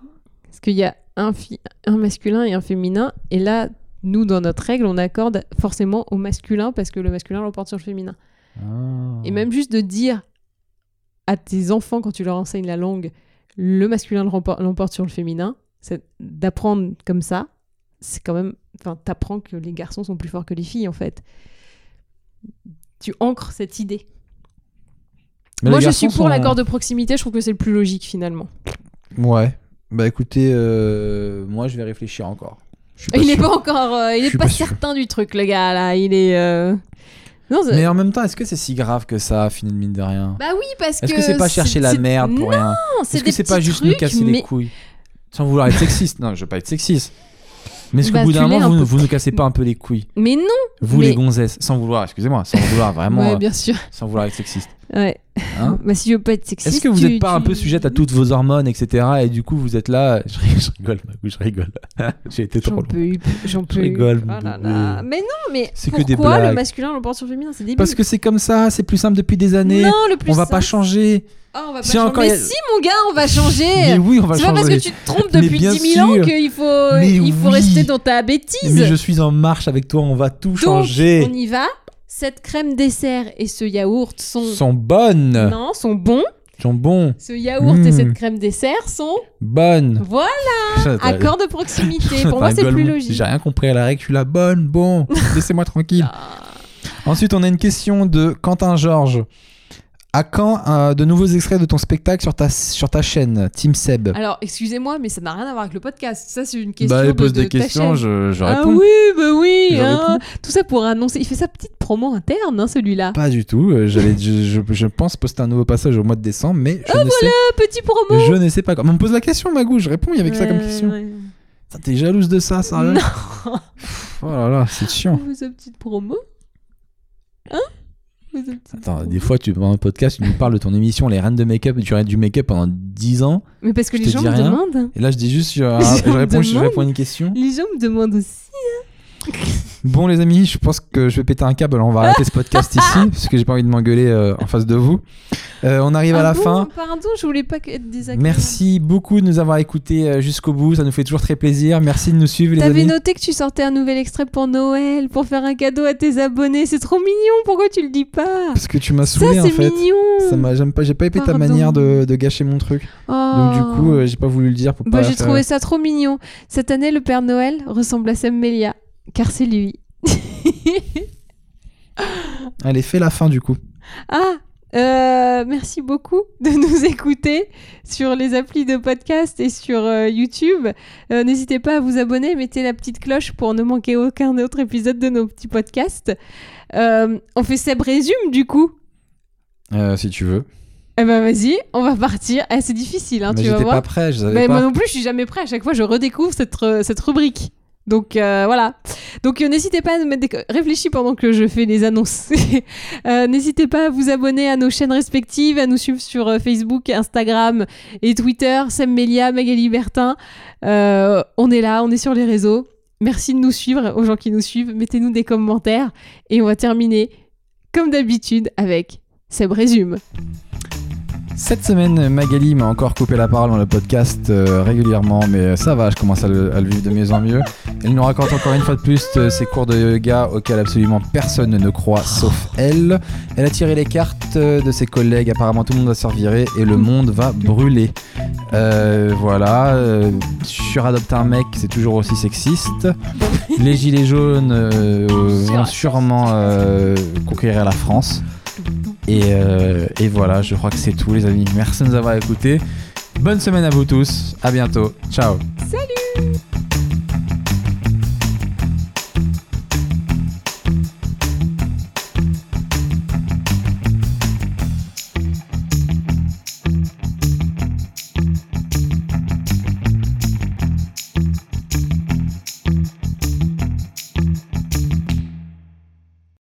Parce qu'il y a un, fi- un masculin et un féminin. Et là, nous, dans notre règle, on accorde forcément au masculin parce que le masculin l'emporte sur le féminin. Ah. Et même juste de dire à tes enfants, quand tu leur enseignes la langue, le masculin le rempo- l'emporte sur le féminin, c'est d'apprendre comme ça, c'est quand même. Enfin, t'apprends que les garçons sont plus forts que les filles, en fait. Tu ancres cette idée. Mais Moi, les je garçons suis sont- pour euh, l'accord de proximité, je trouve que c'est le plus logique, finalement. Ouais. Bah écoutez, euh, moi, je vais réfléchir encore. Je suis il sûr. n'est pas encore, euh, il Je est suis pas, pas sûr. certain du truc, le gars là. Il est. euh, Non, c'est- Mais en même temps, est-ce que c'est si grave que ça, fini de mine de rien bah oui, parce que. Est-ce que c'est pas chercher la c'est- merde pour Non, rien c'est Est-ce des que c'est pas petits juste nous trucs, casser les mais- couilles Sans vouloir être sexiste. Non, je veux pas être sexiste. Mais est-ce qu'au Bah, bout tu d'un l'es moment, un vous, peu. vous ne cassez pas un peu les couilles Mais non, Vous, Mais- les gonzesses, sans vouloir, excusez-moi, sans vouloir vraiment, ouais, euh, bien sûr. sans vouloir être sexiste. Ouais. Hein bah si je veux pas être sexiste. Est-ce que vous tu- n'êtes pas un tu- peu sujette à toutes vos hormones, etc. Et du coup, vous êtes là. euh, Je rigole, je rigole, ma couille, je rigole. J'ai été trop J'en loin. peux, j'en peux. rigole, Oh là mais- là. Mais non, mais C'est que pourquoi des le blagues. masculin l'emporte sur le féminin C'est débile. Parce que c'est comme ça, c'est plus simple depuis des années. non, le plus on va simple- pas changer. Ah, on va pas Si changer. encore il y Mais a- si mon gars, on va Mais changer. oui, on va C'est changer. pas parce que tu te trompes Mais depuis bien 10 000 ans sûr. qu'il faut, Mais il faut oui. rester dans ta bêtise. Mais je suis en marche avec toi. On va tout Donc, changer. On y va. Cette crème dessert et ce yaourt sont. Sont bonnes. Non, sont bons. Jambon. Ce yaourt et Mm. cette crème dessert sont. Bonnes. Voilà, accord de proximité. Ah, Pour T'as moi, un c'est golemon. plus logique. J'ai rien compris à la règle, je suis la bonne, bon, laissez-moi tranquille. Ah. Ensuite, on a une question de Quentin Georges. À quand euh, de nouveaux extraits de ton spectacle sur ta, sur ta chaîne, Team Seb Alors, excusez-moi, mais ça n'a rien à voir avec le podcast. Ça, c'est une Ah, question. Bah, de- il pose de des ta questions, je, chaîne. je Ah réponds. oui, bah oui. Je hein. Tout ça pour annoncer. Il fait sa petite promo interne, hein, celui-là. Pas du tout, euh, j'allais- je, je- je pense poster un nouveau passage au mois de décembre, mais Ah, je, ne, Un petit promo. sais, je ne sais pas quand. Mais On me pose la question, Magou, je réponds avec ça comme Ouais, question. Euh, ouais. Putain, T'es jalouse de ça, sérieux Non. Oh là là, c'est chiant. Vous, Sa petite promo. Hein Vous, sa petite Attends, promo. des fois, tu prends un podcast, tu nous parles de ton émission, les reines de make-up, et tu as du make-up pendant 10 ans. Mais parce que je les te gens dis me rien. demandent. hein. Et là, je dis juste, je, gens je réponds, je demandent. réponds à une question. Les gens me demandent aussi. Bon, les amis, je pense que je vais péter un câble. On va arrêter ce podcast ici, parce que j'ai pas envie de m'engueuler euh, en face de vous. Euh, on arrive à la Pardon, fin. Ah Pardon, je voulais pas être désagréable. Merci beaucoup de nous avoir écoutés euh, jusqu'au bout. Ça nous fait toujours très plaisir. Merci de nous suivre, les T'avais amis. noté que tu sortais un nouvel extrait pour Noël, pour faire un cadeau à tes abonnés. C'est trop mignon, pourquoi tu le dis pas Parce que tu m'as Ça, saoulé, en c'est fait. mignon Ça m'a, j'aime pas, j'ai pas aimé ta Pardon. manière de, de gâcher mon truc. Oh. Donc, du coup, euh, j'ai pas voulu le dire pour pas. Bah, j'ai faire- trouvé ça trop mignon. Cette année, le Père Noël ressemble à Sam Melia, car c'est lui. Allez, fais la fin, du coup. Ah euh, merci beaucoup de nous écouter sur les applis de podcast et sur euh, YouTube. Euh, N'hésitez pas à vous abonner, mettez la petite cloche pour ne manquer aucun autre épisode de nos petits podcasts. Euh, on fait Seb résume du coup. Euh, si tu veux. Eh ben vas-y, on va partir. Eh, C'est difficile, hein, Mais tu vas j'étais voir. Bah, pas prêt, je savais Mais pas. moi non plus, je suis jamais prêt. À chaque fois, je redécouvre cette, re- cette rubrique. Donc euh, voilà. Donc euh, n'hésitez pas à nous mettre des... Réfléchis pendant que je fais les annonces. Euh, n'hésitez pas à vous abonner à nos chaînes respectives, à nous suivre sur euh, Facebook, Instagram et Twitter. Sam Melia, Magali Bertin. Euh, on est là, on est sur les réseaux. Merci de nous suivre, aux gens qui nous suivent. Mettez-nous des commentaires. Et on va terminer, comme d'habitude, avec Seb Résume. Cette semaine, Magali m'a encore coupé la parole dans le podcast euh, régulièrement, mais ça va, je commence à le, à le vivre de mieux en mieux. Elle nous raconte encore une fois de plus euh, ses cours de yoga auxquels absolument personne ne croit sauf elle. Elle a tiré les cartes euh, de ses collègues, apparemment tout le monde va se revirer et le monde va brûler. Euh, voilà, euh, suradopte un mec, c'est toujours aussi sexiste. Les gilets jaunes euh, vont sûrement euh, conquérir la France. Et, euh, et voilà, je crois que c'est tout les amis. Merci de nous avoir écoutés. Bonne semaine à vous tous. À bientôt. Ciao.